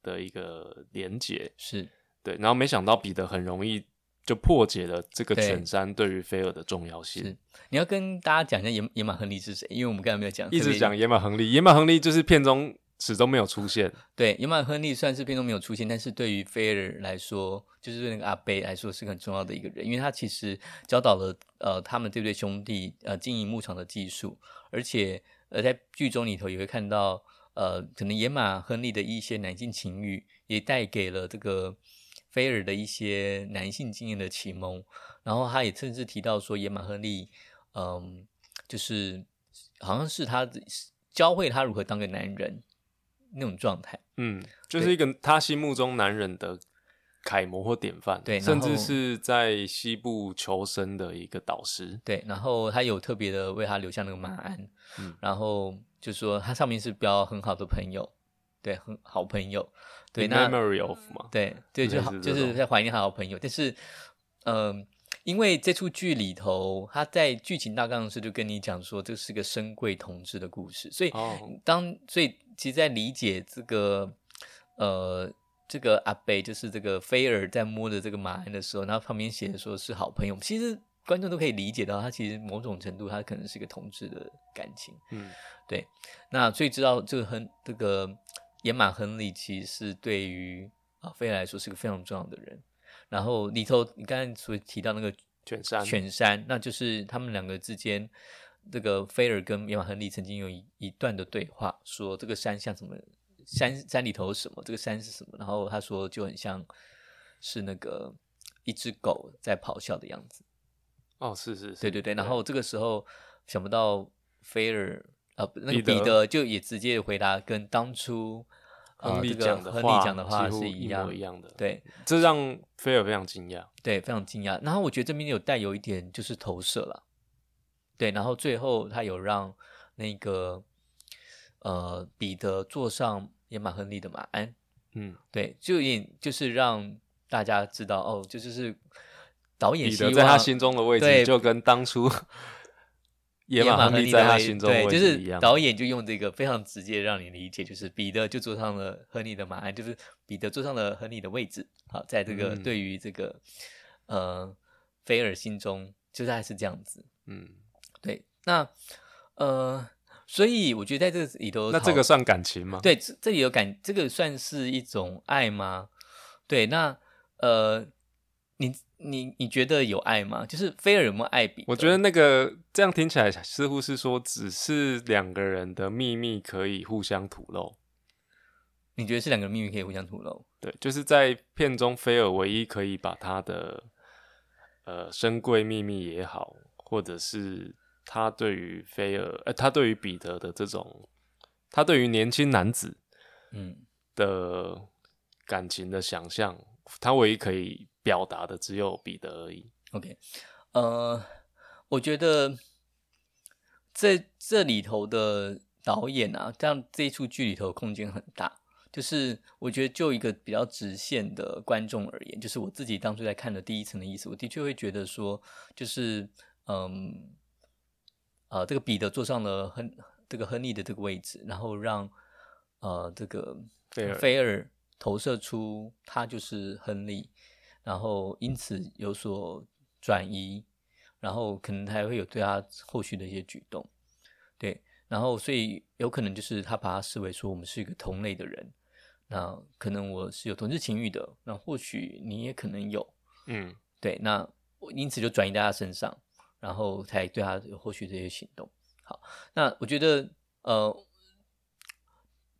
S2: 的一个连结，
S1: 是
S2: 对，然后没想到彼得很容易就破解了这个
S1: 对
S2: 犬山对于菲尔的重要性
S1: 是。。你要跟大家讲一下野野马亨利是谁，因为我们刚才没有讲，
S2: 一
S1: 特
S2: 直
S1: 别
S2: 讲野马亨利，野马亨利就是片中始终没有出现，
S1: 对，野马亨利虽然是片中没有出现，但是对于菲尔来说，就是对那个阿贝来说是很重要的一个人，因为他其实教导了呃他们这对兄弟呃经营牧场的技术，而且呃在剧中里头也会看到呃可能野马亨利的一些男性情欲，也带给了这个菲尔的一些男性经验的启蒙，然后他也甚至提到说野马亨利嗯就是好像是他教会他如何当个男人。那种状态，
S2: 嗯，就是一个他心目中男人的楷模或典范，
S1: 对然
S2: 甚至
S1: 后
S2: 是在西部求生的一个导师，
S1: 对，然后他有特别的为他留下那个马鞍，
S2: 嗯
S1: 然后就说他上面是标很好的朋友，对，很好朋友，对，
S2: The
S1: 那
S2: memory of 嘛，
S1: 对对，
S2: 类
S1: 就好
S2: 似这
S1: 就是
S2: 种
S1: 在怀念他好朋友，但是，嗯、因为这出剧里头，他在剧情大纲是就跟你讲说这是个深贵同志的故事，所以
S2: 哦，
S1: 当所以其实，在理解这个呃这个阿贝，就是这个菲尔在摸的这个马鞍的时候，然后旁边写的说是好朋友，其实观众都可以理解到，他其实某种程度他可能是一个同志的感情。
S2: 嗯，
S1: 那所以知道这个亨这个野马亨利其实是对于啊菲尔来说是个非常重要的人。然后里头你刚才所提到那个
S2: 犬山，
S1: 犬山，那就是他们两个之间，这个菲尔跟野马亨利曾经有一一段的对话，说这个山像什么山山里头是什么，这个山是什么，然后他说就很像是那个一只狗在咆哮的样子，
S2: 哦，是是是，
S1: 对对对，然后这个时候想不到菲尔啊、不那个
S2: 彼得
S1: 彼得就也直接回答跟当初呃
S2: 亨利
S1: 这个
S2: 讲的
S1: 亨利讲的
S2: 话
S1: 话
S2: 几乎
S1: 是
S2: 一模
S1: 样
S2: 一样的，，
S1: 对，
S2: 这让菲尔非常惊讶。
S1: 对，非常惊讶。然后我觉得这边有带有一点就是投射了，对。然后最后他有让那个呃彼得坐上野马亨利的马鞍，
S2: 嗯，
S1: 对，就也就是让大家知道哦，这就是导演
S2: 彼
S1: 希
S2: 得
S1: 望
S2: 在他心中的位置
S1: 对
S2: 就跟 当初野
S1: 野
S2: 马
S1: 马
S2: 亨利
S1: 利
S2: 在
S1: 的
S2: 他
S1: 位
S2: 心中的
S1: 对，
S2: 位
S1: 就
S2: 置一样
S1: 是。导演就用这个非常直接让你理解，就是彼得就坐上了亨利的马鞍，就是彼得坐上了亨利的位置。好，在这个
S2: 嗯
S1: 对于这个、呃菲尔心中，就是还是这样子。
S2: 嗯，
S1: 对，那呃，所以我觉得在这里头讨，
S2: 那这个算感情吗？，
S1: 对这这里有感，这个算是一种爱吗？对，那呃，你你你觉得有爱吗？就是菲尔有没有爱彼？
S2: 我觉得那个这样听起来似乎是说，只是两个人的秘密可以互相吐露。
S1: 你觉得是两个命运可以互相吐露？
S2: 对，就是在片中，菲尔唯一可以把他的呃珍贵秘密也好，或者是他对于菲尔，呃，他对于彼得的这种，他对于年轻男子
S1: 嗯，
S2: 的感情的想象，他唯一可以表达的只有彼得而已。
S1: OK，呃，我觉得这这里头的导演啊，这样这一出剧里头空间很大。就是我觉得就一个比较直线的观众而言，就是我自己当初在看的第一层的意思，我的确会觉得说，就是嗯，呃，这个彼得坐上了亨这个亨利的这个位置，然后让呃这个
S2: 菲尔
S1: 菲尔投射出他就是亨利，然后因此有所转移，然后可能还会有对他后续的一些举动，对，然后所以有可能就是他把他视为说我们是一个同类的人，那可能我是有同志情欲的，那或许你也可能有，
S2: 嗯，
S1: 对，那我因此就转移到他身上，然后才对他有后续这些行动。好，那我觉得呃，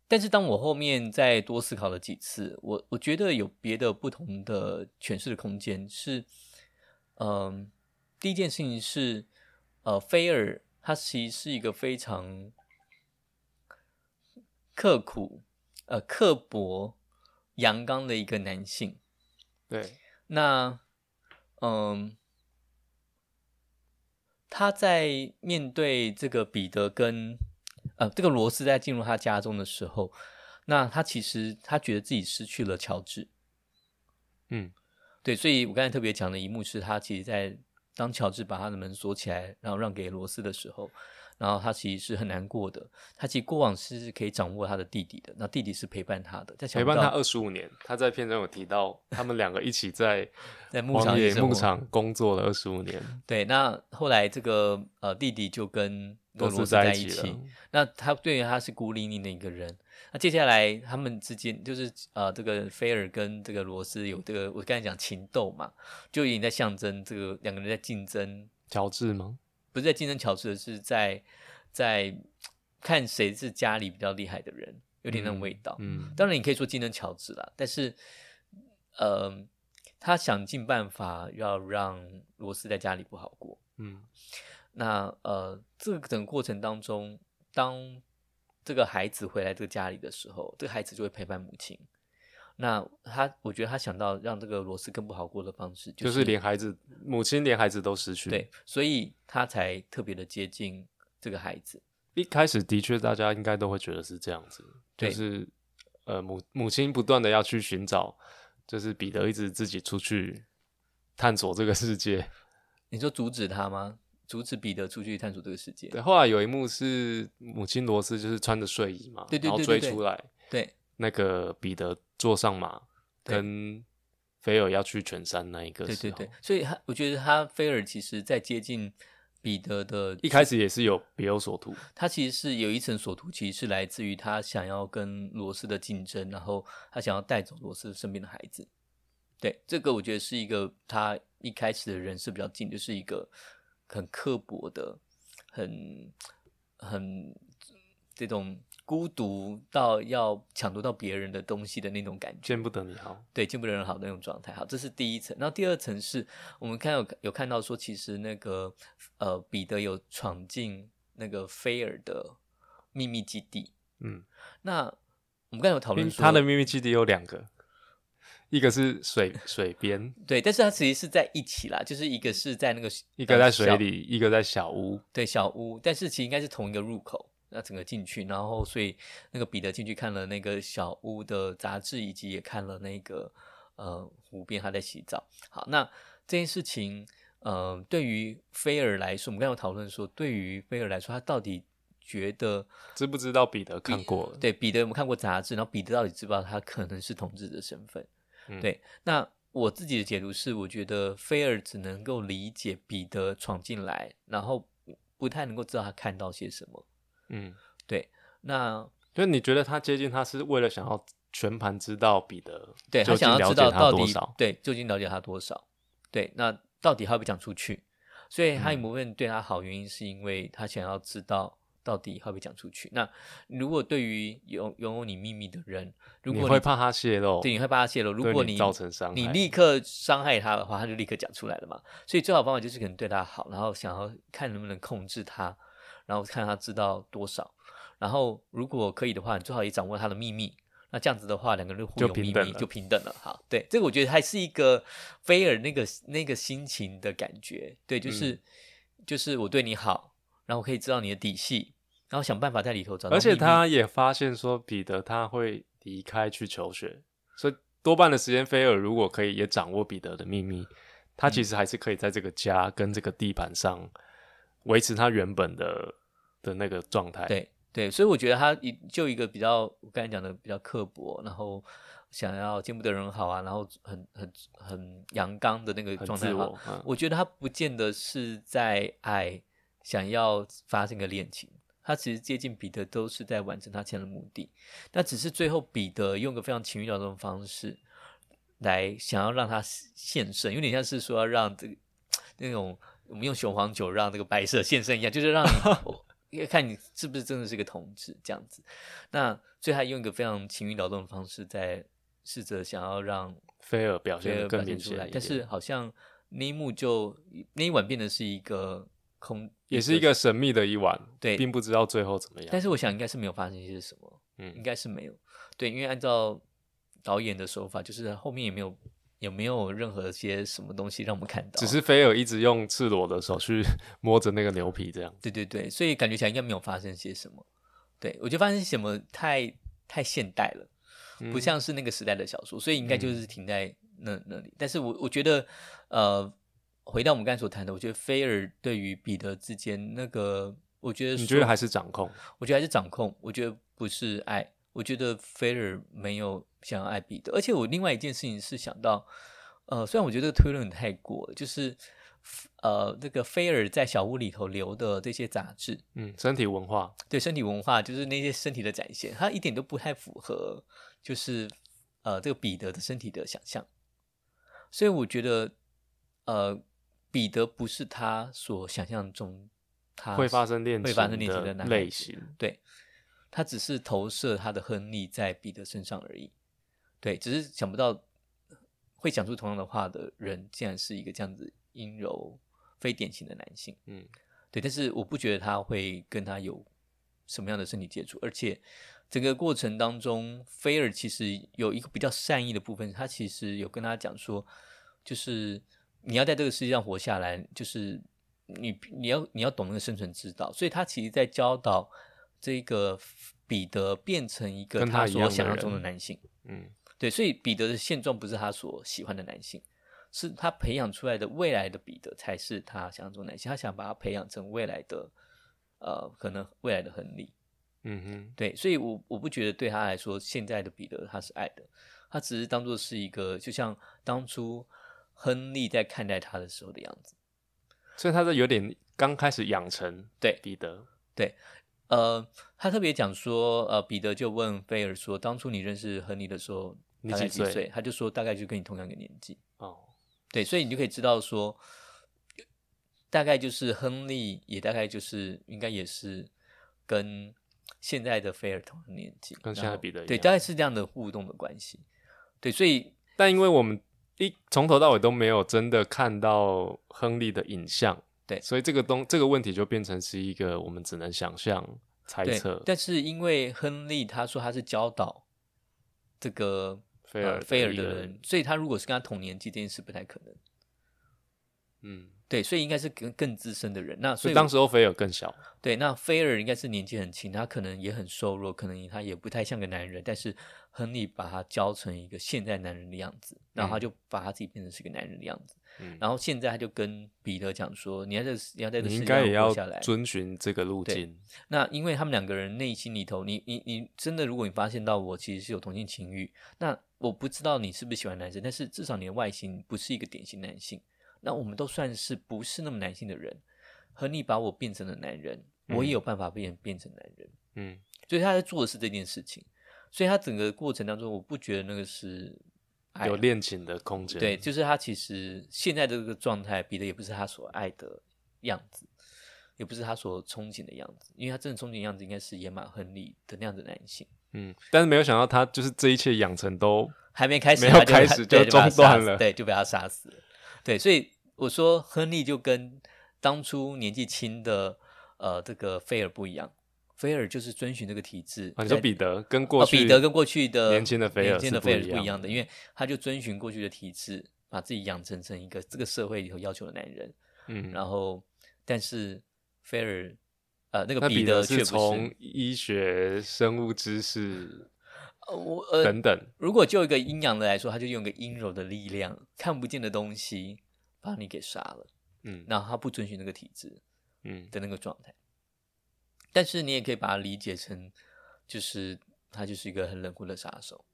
S1: 但是当我后面再多思考了几次，我我觉得有别的不同的诠释的空间是，嗯、第一件事情是，呃，菲尔他其实是一个非常刻苦、呃刻薄、阳刚的一个男性。
S2: 对，
S1: 那，嗯，他在面对这个彼得跟呃这个罗斯在进入他家中的时候，那他其实他觉得自己失去了乔治。
S2: 嗯，
S1: 对，所以我刚才特别讲的一幕是他其实，在当乔治把他的门锁起来，然后让给罗斯的时候，然后他其实是很难过的。他其实过往是可以掌握他的弟弟的，那弟弟是陪伴他的，在
S2: 陪伴他二十五年。他在片中有提到，他们两个一起在
S1: 在牧场
S2: 荒
S1: 里
S2: 野
S1: 生
S2: 牧
S1: 活
S2: 场工作了二十五年，
S1: 对，那后来这个呃弟弟就跟
S2: 都
S1: 跟罗
S2: 是
S1: 斯在
S2: 一起了。
S1: 那他对于他是孤零零的一个人。那接下来他们之间就是呃，这个菲尔跟这个罗斯有这个我刚才讲情斗嘛，就已经在象征这个两个人在竞争，
S2: 乔治吗？
S1: 不是在竞争乔治，是在在看谁是家里比较厉害的人，有点那种味道。
S2: 嗯，
S1: 当然，你可以说竞争乔治啦，但是，呃，他想尽办法要让罗斯在家里不好过。
S2: 嗯，
S1: 那呃，这个整个过程当中，当这个孩子回来这个家里的时候，这个孩子就会陪伴母亲。那他，我觉得他想到让这个罗斯更不好过的方式，
S2: 就是是连孩子，母亲连孩子都失去。，
S1: 对，所以他才特别的接近这个孩子。
S2: 一开始的确大家应该都会觉得是这样子，就
S1: 对
S2: 是呃母母亲不断的要去寻找，就是彼得一直自己出去探索这个世界。
S1: 你说阻止他吗？阻止彼得出去探索这个世界？
S2: 对，后来有一幕是母亲罗斯就是穿着睡衣嘛，
S1: 对对对
S2: 然后
S1: 对
S2: 追
S1: 对
S2: 出来，
S1: 对
S2: 那个彼得坐上马，
S1: 对
S2: 跟菲尔要去犬山那一个
S1: 对
S2: 时
S1: 对
S2: 候
S1: 对，所以他，我觉得他菲尔其实在接近彼得的
S2: 一开始也是有别有所图，
S1: 他其实是有一层所图，其实是来自于他想要跟罗斯的竞争，然后他想要带走罗斯身边的孩子。对，这个我觉得是一个他一开始的人设比较近，就是一个很刻薄的、很很这种孤独到要抢夺到别人的东西的那种感觉。
S2: 见不得你好，
S1: 对，见不得人好的那种状态。好，这是第一层。然后第二层是我们看有有看到说，其实那个呃彼得有闯进那个菲尔的秘密基地。
S2: 嗯，
S1: 那我们刚才有讨
S2: 因为
S1: 论说，
S2: 他的秘密基地有两个，一个 是水水边，
S1: 对，但是它其实是在一起啦，就是一个是在那个
S2: 一个在水，
S1: 呃小
S2: 里，一个在小屋。
S1: 对小屋，但是其实应该是同一个入口。那整个进去，然后所以那个彼得进去看了那个小屋的杂志，以及也看了那个呃湖边他在洗澡。好，那这件事情，呃，对于菲尔来说，我们刚刚有讨论说，对于菲尔来说，他到底觉得
S2: 知不知道彼得看过了？
S1: 对彼得有没有看过杂志？然后彼得到底知不知道他可能是同志的身份？
S2: 嗯
S1: 对，那我自己的解读是，我觉得菲尔只能够理解彼得闯进来，然后不太能够知道他看到些什么。
S2: 嗯，
S1: 那
S2: 就是你觉得他接近他是为了想要全盘知道彼得，
S1: 对他
S2: 究竟
S1: 想要
S2: 了
S1: 知
S2: 解
S1: 道
S2: 他
S1: 到
S2: 多
S1: 底
S2: 少？
S1: 对究竟了解他多少？对，那到底他会不会讲出去？所以
S2: 嗯
S1: 哈利摩问对他好，原因是因为他想要知道到底会不会讲出去。那如果对于拥拥有你秘密的人，如
S2: 你
S1: 果
S2: 会怕他泄露，
S1: 对，你会把他泄露。如
S2: 对
S1: 果
S2: 你
S1: 你
S2: 造成伤
S1: 你
S2: 害
S1: 立刻伤害他的话，他就立刻讲出来了嘛。所以最好的方法就是可能对他好，然后想要看能不能控制他，然后看他知道多少。然后如果可以的话，你最好也掌握他的秘密。那这样子的话，两个人就互
S2: 就
S1: 有
S2: 平
S1: 秘
S2: 等
S1: 密，
S2: 了
S1: 就平等了。好，对，这个我觉得还是一个菲尔那个那个心情的感觉。对，
S2: 嗯
S1: 就是、就是我对你好，然后我可以知道你的底细，然后想办法在里头找到秘
S2: 而
S1: 密。
S2: 且他也发现说彼得他会离开去求学，所以多半的时间菲尔如果可以也掌握彼得的秘密，他其实还是可以在这个家跟这个地盘上维持他原本的的那个状态。，
S1: 对对，所以我觉得他一就一个比较，我刚才讲的比较刻薄，然后想要见不得人好啊，然后很很很阳刚的那个
S2: 很
S1: 状态
S2: 自
S1: 的话
S2: 我。嗯
S1: 我觉得他不见得是在爱，想要发生个恋情。他其实接近彼得都是在完成他前的目的，那只是最后彼得用个非常情欲劳动的方式来想要让他现身，有点像是说要让这个那种我们用雄黄酒让这个白色现身一样，就是让你我看你是不是真的是个同志这样子。那所以他用一个非常情欲劳动的方式在试着想要让
S2: 菲尔表现
S1: 对，
S2: 的
S1: 表
S2: 更
S1: 现
S2: 明
S1: 出
S2: 显
S1: 来
S2: 一，
S1: 但
S2: 点，
S1: 是好像那一幕就那一晚变得是一个空，
S2: 也是一个神秘的一晚，
S1: 对
S2: 并不知道最后怎么样。
S1: 但是我想应该是没有发生一些什么，应
S2: 嗯，
S1: 该是没有。对，因为按照导演的手法，就是后面也没有也没有任何些什么东西让我们看到，
S2: 只是菲尔一直用赤裸的手去摸着那个牛皮，这样。
S1: 对对对，所以感觉起来应该没有发生些什么。对我觉得发生什么太太现代了。不
S2: 嗯
S1: 像是那个时代的小说，所以应该就是停在那、那里。但是我我觉得，呃，回到我们刚才所谈的，我觉得菲尔对于彼得之间那个，我觉得
S2: 你
S1: 说
S2: 觉得还是掌控？
S1: 我觉得还是掌控，我觉得不是爱，我觉得菲尔没有想要爱彼得。而且我另外一件事情是想到，呃，虽然我觉得这个推论太过了，就是呃，那个菲尔在小屋里头留的这些杂志，
S2: 嗯，身体文化，
S1: 对身体文化，就是那些身体的展现，它一点都不太符合，就是呃这个彼得的身体的想象。所以我觉得，呃，彼得不是他所想象中他
S2: 会发生恋
S1: 啊会发生恋情的
S2: 的
S1: 男孩
S2: 类
S1: 子
S2: 型。
S1: 对，他只是投射他的亨利在彼得身上而已。对，只是想不到会讲出同样的话的人，竟然是一个这样子阴柔、非典型的男性。
S2: 嗯，
S1: 对，但是我不觉得他会跟他有什么样的身体接触，而且整个过程当中，菲尔其实有一个比较善意的部分，他其实有跟他讲说，就是你要在这个世界上活下来，就是你你要你要懂那个生存之道，所以他其实在教导这个彼得变成一个
S2: 跟他一
S1: 所
S2: 样的
S1: 想象
S2: 人
S1: 中的男性。
S2: 嗯，
S1: 对，所以彼得的现状不是他所喜欢的男性，是他培养出来的未来的彼得才是他想象中的男性。他想把他培养成未来的，呃，可能未来的亨利。
S2: 嗯哼，
S1: 对，所以我我不觉得对他来说，现在的彼得他是爱的，他只是当做是一个，就像当初亨利在看待他的时候的样子。
S2: 所以他是有点刚开始养成
S1: 对
S2: 彼得，
S1: 呃，他特别讲说，呃，彼得就问菲尔说，当初你认识亨利的时候，
S2: 你
S1: 大概
S2: 几
S1: 几
S2: 岁
S1: 岁，他就说大概就跟你同样的年纪。
S2: 哦，
S1: 对，所以你就可以知道说，大概就是亨利，也大概就是应该也是跟现在的菲尔同样的年纪，
S2: 跟
S1: 然
S2: 现在
S1: 后
S2: 比的一
S1: 对，
S2: 样
S1: 大概是这样的互动的关系。对，所以
S2: 但因为我们一从头到尾都没有真的看到亨利的影像，
S1: 对
S2: 所以这个东这个问题就变成是一个我们只能想象猜
S1: 对
S2: 测，。
S1: 但是因为亨利他说他是教导这个
S2: 菲尔
S1: 呃菲
S2: 的
S1: 尔
S2: 一
S1: 的
S2: 个
S1: 人，所以他如果是跟他同年纪，这件事不太可能。
S2: 嗯，
S1: 对，所以应该是更更资深的人。那所
S2: 所
S1: 以我
S2: 以当时候菲尔更小，
S1: 对，那菲尔应该是年纪很轻，他可能也很瘦弱，可能他也不太像个男人，但是亨利把他教成一个现代男人的样子，然后他就把他自己变成是个男人的样子，
S2: 嗯，
S1: 然后现在他就跟彼得讲说，你要在这你要在这
S2: 你
S1: 世
S2: 应
S1: 界
S2: 该也
S1: 上
S2: 要
S1: 活下来。
S2: 遵循这个路径，
S1: 那因为他们两个人内心里头，你你你真的，如果你发现到我其实是有同性情欲，那我不知道你是不是喜欢男生，但是至少你的外形不是一个典型男性，那我们都算是不是那么男性的人，和你把我变成了男人，我也有办法变变成男人。
S2: 嗯，
S1: 所以他在做的是这件事情，所以他整个过程当中，我不觉得那个是爱
S2: 有恋情的空间，
S1: 哎对，就是他其实现在这个状态，彼得也不是他所爱的样子，也不是他所憧憬的样子，因为他真的憧憬的样子应该是野马亨利的那样的男性，
S2: 嗯，但是没有想到他就是这一切养成都
S1: 还没开始
S2: 没
S1: 他
S2: 有
S1: 就
S2: 开始
S1: 对
S2: 就
S1: 被他
S2: 中断
S1: 杀死
S2: 了
S1: 对，就被他杀死了，对，所以我说亨利就跟当初年纪轻的呃这个菲尔不一样，菲尔就是遵循这个体制，
S2: 啊，你说
S1: 在
S2: 彼得跟过去、
S1: 哦、彼得跟过去的
S2: 年轻的菲尔
S1: 年轻的菲尔是不
S2: 不
S1: 一样
S2: 的，
S1: 的，因为他就遵循过去的体制，把自己养成成一个这个社会里头要求的男人。
S2: 嗯，
S1: 然后，但是菲尔，呃，那个
S2: 那彼得
S1: 却不
S2: 是
S1: 是
S2: 从医学、生物知识
S1: 呃我呃，
S2: 等等，
S1: 如果就一个阴阳的来说，他就用一个阴柔的力量，看不见的东西把你给杀了，
S2: 嗯
S1: 然后他不遵循那个体制，
S2: 嗯
S1: 的那个状态。但是你也可以把它理解成，就是他就是一个很冷酷的杀手。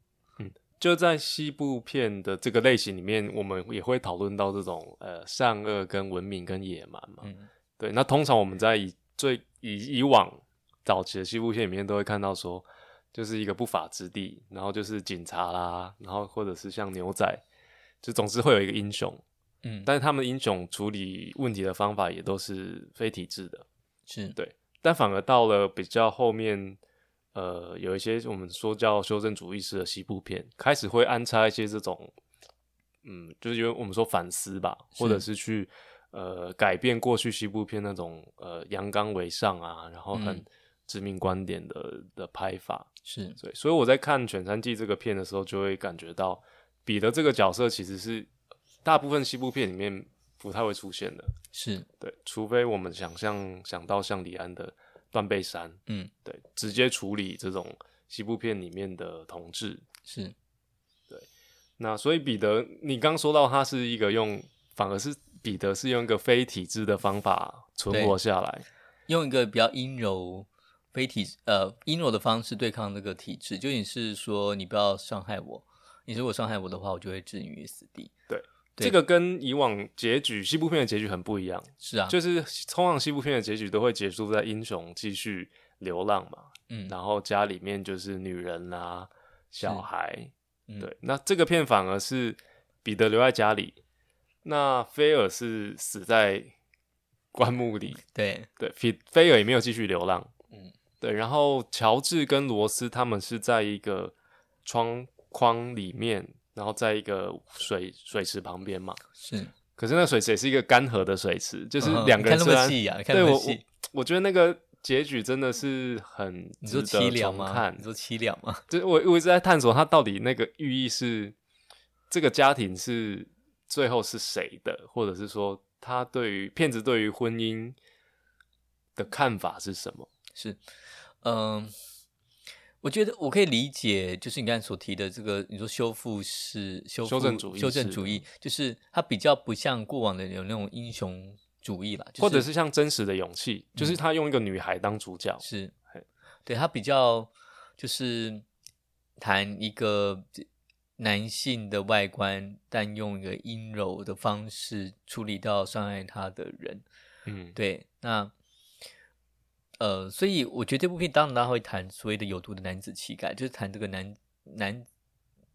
S2: 就在西部片的这个类型里面，我们也会讨论到这种呃善恶跟文明跟野蛮嘛。
S1: 嗯
S2: 对，那通常我们在以最以以往早期的西部片里面都会看到说，就是一个不法之地，然后就是警察啦，然后或者是像牛仔，就总是会有一个英雄，
S1: 嗯，
S2: 但是他们英雄处理问题的方法也都是非体制的。
S1: 是
S2: 对但反而到了比较后面，呃，有一些我们说叫修正主义式的西部片，开始会安插一些这种，嗯，就是因为我们说反思吧，
S1: 是
S2: 或者是去呃改变过去西部片那种呃阳刚为上啊，然后很
S1: 嗯
S2: 殖民观点的的拍法。
S1: 是，
S2: 对，所以我在看《犬山记》这个片的时候，就会感觉到彼得这个角色其实是大部分西部片里面不太会出现的。
S1: 是，
S2: 对，除非我们想象想到像李安的《断背山》，
S1: 嗯，
S2: 对，直接处理这种西部片里面的同志。
S1: 是，
S2: 那所以彼得，你刚说到他是一个用，反而是彼得是用一个非体制的方法存
S1: 对
S2: 活下来。
S1: 用一个比较阴柔、非体呃阴柔的方式对抗这个体制，就你是说你不要伤害我，你如果伤害我的话，我就会置你于死地。对
S2: 这个跟以往结局西部片的结局很不一样，
S1: 是啊，
S2: 就是通常西部片的结局都会结束在英雄继续流浪嘛，
S1: 嗯，
S2: 然后家里面就是女人啦、小
S1: 是
S2: 孩，
S1: 嗯
S2: 对，那这个片反而是彼得留在家里，那菲尔是死在棺木里。
S1: 对，
S2: 对，菲菲尔也没有继续流浪。嗯
S1: 嗯，
S2: 对。然后乔治跟罗斯他们是在一个窗框里面，然后在一个水水池旁边嘛。
S1: 是
S2: 可是那水池也是一个干涸的水池，就是
S1: 嗯哼
S2: 两个人
S1: 你看那么
S2: 虽然
S1: 细啊你看
S2: 对
S1: 那么
S2: 我我
S1: 细
S2: 我觉得那个结局真的是很
S1: 你
S2: 值
S1: 说
S2: 得
S1: 凄凉
S2: 重
S1: 吗？
S2: 看
S1: 你。说凄凉吗？
S2: 就是我我一直在探索它到底那个寓意是这个家庭是最后是谁的，或者是说他对于骗子对于婚姻的看法是什么？
S1: 是，嗯，我觉得我可以理解，就是你刚才所提的这个，你说修复是修
S2: 修
S1: 复
S2: 正主义
S1: 修正
S2: 式的
S1: 主义，就是它比较不像过往的有那种英雄主义啦，就嗯
S2: 或者是像真实的勇气，就是他用一个女孩当主角，
S1: 是
S2: 嘿，
S1: 对他比较就是谈一个男性的外观，但用一个阴柔的方式处理到伤害他的人。
S2: 嗯，
S1: 对，那呃，所以我觉得这部片当然他会谈所谓的有毒的男子气概，就是谈这个男男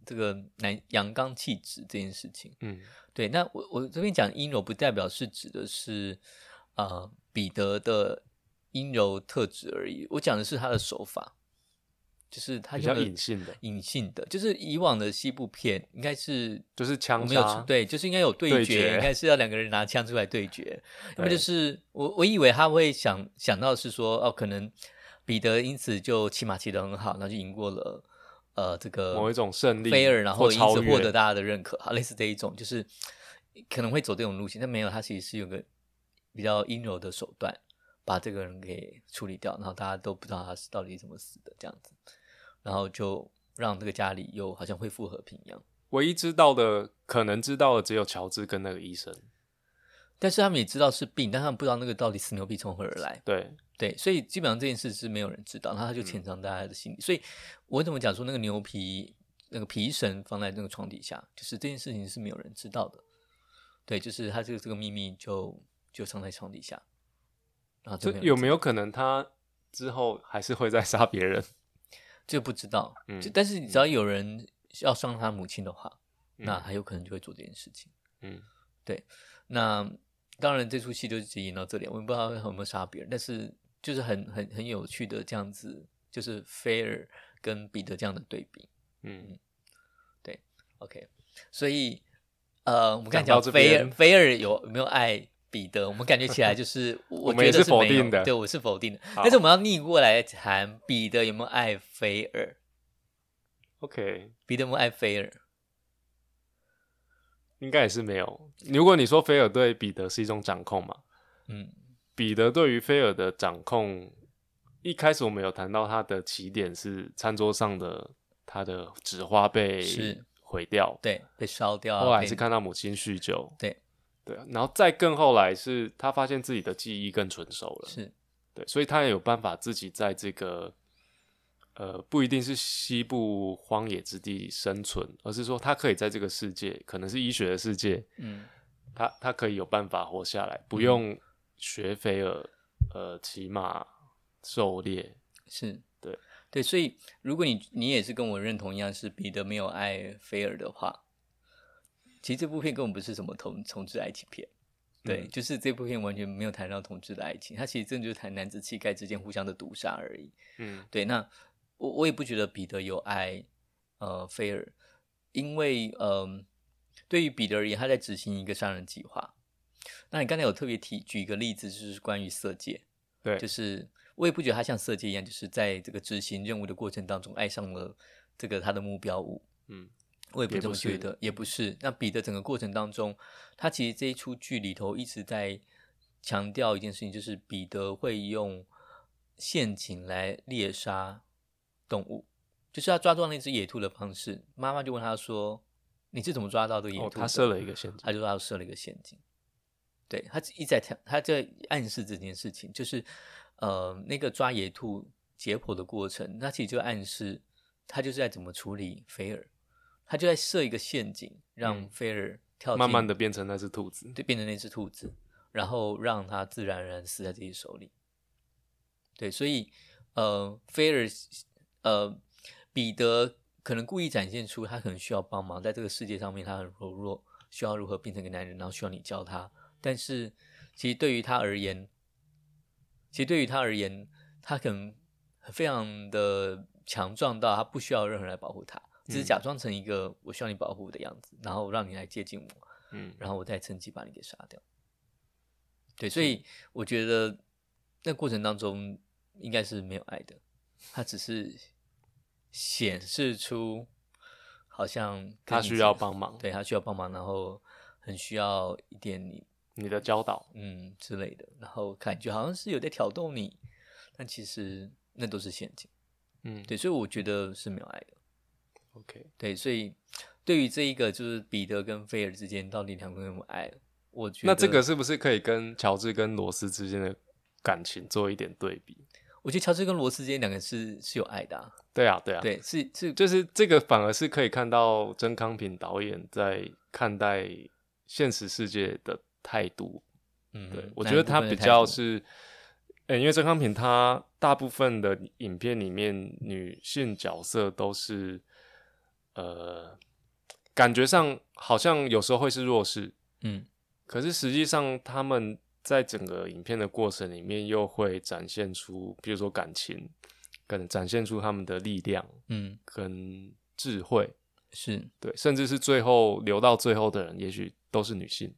S1: 这个男阳刚气质这件事情。
S2: 嗯
S1: 对，那我我这边讲阴柔，不代表是指的是啊、呃彼得的阴柔特质而已，我讲的是他的手法，就是他
S2: 比较
S1: 用的
S2: 隐性的
S1: 隐性的，就是以往的西部片应该是
S2: 就是枪
S1: 我没
S2: 杀
S1: 有对，就是应该有对决，
S2: 对决
S1: 应该是要两个人拿枪出来对决。那么就是我我以为他会想想到是说哦，可能彼得因此就骑马骑得很好，然后就赢过了呃这个
S2: 某一种胜利
S1: 菲尔，呃然后
S2: 或
S1: 因
S2: 超
S1: 此
S2: 越
S1: 获得大家的认可，啊好类似这一种，就是可能会走这种路线，但没有，他其实是有个比较阴柔的手段。把这个人给处理掉，然后大家都不知道他是到底怎么死的这样子，然后就让这个家里又好像恢复和平一样。
S2: 唯一知道的，可能知道的只有乔治跟那个医生。
S1: 但是他们也知道是病，但他们不知道那个到底死牛逼从何而来。
S2: 对，
S1: 对，所以基本上这件事是没有人知道，然后他就
S2: 嗯
S1: 潜藏在他的心里。所以我怎么讲说那个牛皮那个皮绳放在那个床底下，就是这件事情是没有人知道的。对，就是他这个这个秘密就就藏在床底下。啊，
S2: 这
S1: 就
S2: 有
S1: 有
S2: 没
S1: 人
S2: 有可能他之后还是会再杀 别人？
S1: 这个不知道？
S2: 嗯
S1: 就但是只要有人要伤他母亲的话，那
S2: 嗯
S1: 他有可能就会做这件事情。
S2: 嗯，
S1: 那当然，这出戏就只演到这里，我也不知道有没有杀别人，但是就是很很很有趣的这样子，就是菲尔跟彼得这样的对比。
S2: 嗯，
S1: OK，所以呃，我们刚才
S2: 讲到
S1: 讲
S2: 这
S1: 菲尔，
S2: 边
S1: 菲尔有有没有爱彼得？我们感觉起来就是
S2: 我
S1: 我
S2: 们
S1: 觉
S2: 也
S1: 得
S2: 是否
S1: 没有
S2: 定的
S1: 对我是否定的。
S2: 好
S1: 但是我们要逆过来谈彼得有没有爱菲尔，
S2: OK，
S1: 彼得有没有爱菲尔？
S2: 应该也是没有。如果你说菲尔对彼得是一种掌控嘛，
S1: 嗯，
S2: 彼得对于菲尔的掌控，一开始我们有谈到他的起点是餐桌上的他的纸花被
S1: 是
S2: 毁掉，
S1: 对，被烧掉啊，
S2: 后来
S1: 被
S2: 是看到母亲酗酒，
S1: 对
S2: 对啊，然后再更后来是他发现自己的记忆更纯熟了，
S1: 是
S2: 对，所以他也有办法自己在这个呃不一定是西部荒野之地生存，而是说他可以在这个世界，可能是医学的世界，
S1: 嗯
S2: 他他可以有办法活下来，不用学菲尔呃骑马狩猎，
S1: 是，
S2: 对
S1: 对，所以如果你你也是跟我认同一样是彼得没有爱菲尔的话，其实这部片根本不是什么同同志爱情片，对，
S2: 嗯
S1: 就是这部片完全没有谈到同志的爱情，它其实真的就是谈男子气概之间互相的毒杀而已。
S2: 嗯
S1: 对，那我我也不觉得彼得有爱呃菲尔，因为嗯、对于彼得而言，他在执行一个杀人计划。那你刚才有特别提举一个例子，就是关于色戒，
S2: 对
S1: 就是我也不觉得他像色戒一样，就是在这个执行任务的过程当中爱上了这个他的目标物。
S2: 嗯，
S1: 我也
S2: 也
S1: 不这
S2: 不
S1: 么
S2: 是
S1: 觉得，也不是。那彼得整个过程当中，他其实这一出剧里头一直在强调一件事情，就是彼得会用陷阱来猎杀动物，就是他抓到那只野兔的方式。妈妈就问他说：“你是怎么抓到这个野兔
S2: 哦，
S1: 的、
S2: 他设了一个陷阱，
S1: 他就说他设了一个陷阱。对他一直在谈，他在暗示这件事情，就是呃，那个抓野兔解剖的过程，那其实就暗示他就是在怎么处理菲尔，他就在设一个陷阱，让
S2: 嗯
S1: 菲尔跳进、
S2: 慢慢的变成那只兔子，
S1: 对变成那只兔子，然后让它自然而然死在自己手里。对，所以呃，菲尔呃，彼得可能故意展现出他可能需要帮忙，在这个世界上面他很柔弱，需要如何变成一个男人，然后需要你教他。但是其实对于他而言，其实对于他而言，他可能非常的强壮到他不需要任何人来保护他，只是
S2: 嗯
S1: 假装成一个我需要你保护的样子，然后让你来接近我。
S2: 嗯，
S1: 然后我再趁机把你给杀掉。对，所以我觉得那过程当中应该是没有爱的，他只是显示出好像
S2: 他
S1: 跟你
S2: 需要
S1: 只
S2: 帮忙
S1: 对他需要帮忙，然后很需要一点你
S2: 你的教导，
S1: 嗯之类的，然后感觉好像是有在挑逗你，但其实那都是陷阱。
S2: 嗯，
S1: 对，所以我觉得是没有爱的。
S2: ，OK，
S1: 对，所以对于这一个就是彼得跟菲尔之间到底两个人有没有爱，我觉得
S2: 那这个是不是可以跟乔治跟罗斯之间的感情做一点对比？
S1: 我觉得乔治跟罗斯之间两个是是有爱的、啊，
S2: 对啊，对啊，，
S1: 对，是是，
S2: 就是这个反而是可以看到曾康平导演在看待现实世界的态度。
S1: 嗯，
S2: 对、
S1: 嗯
S2: 我觉得他比较，
S1: 那一部分的态度
S2: 是，呃、因为曾康平他大部分的影片里面女性角色都是呃，感觉上好像有时候会是弱势，
S1: 嗯
S2: 可是实际上他们在整个影片的过程里面又会展现出，比如说感情，跟展现出他们的力量
S1: 嗯，
S2: 跟智慧，
S1: 是
S2: 对，甚至是最后留到最后的人，也许都是女性。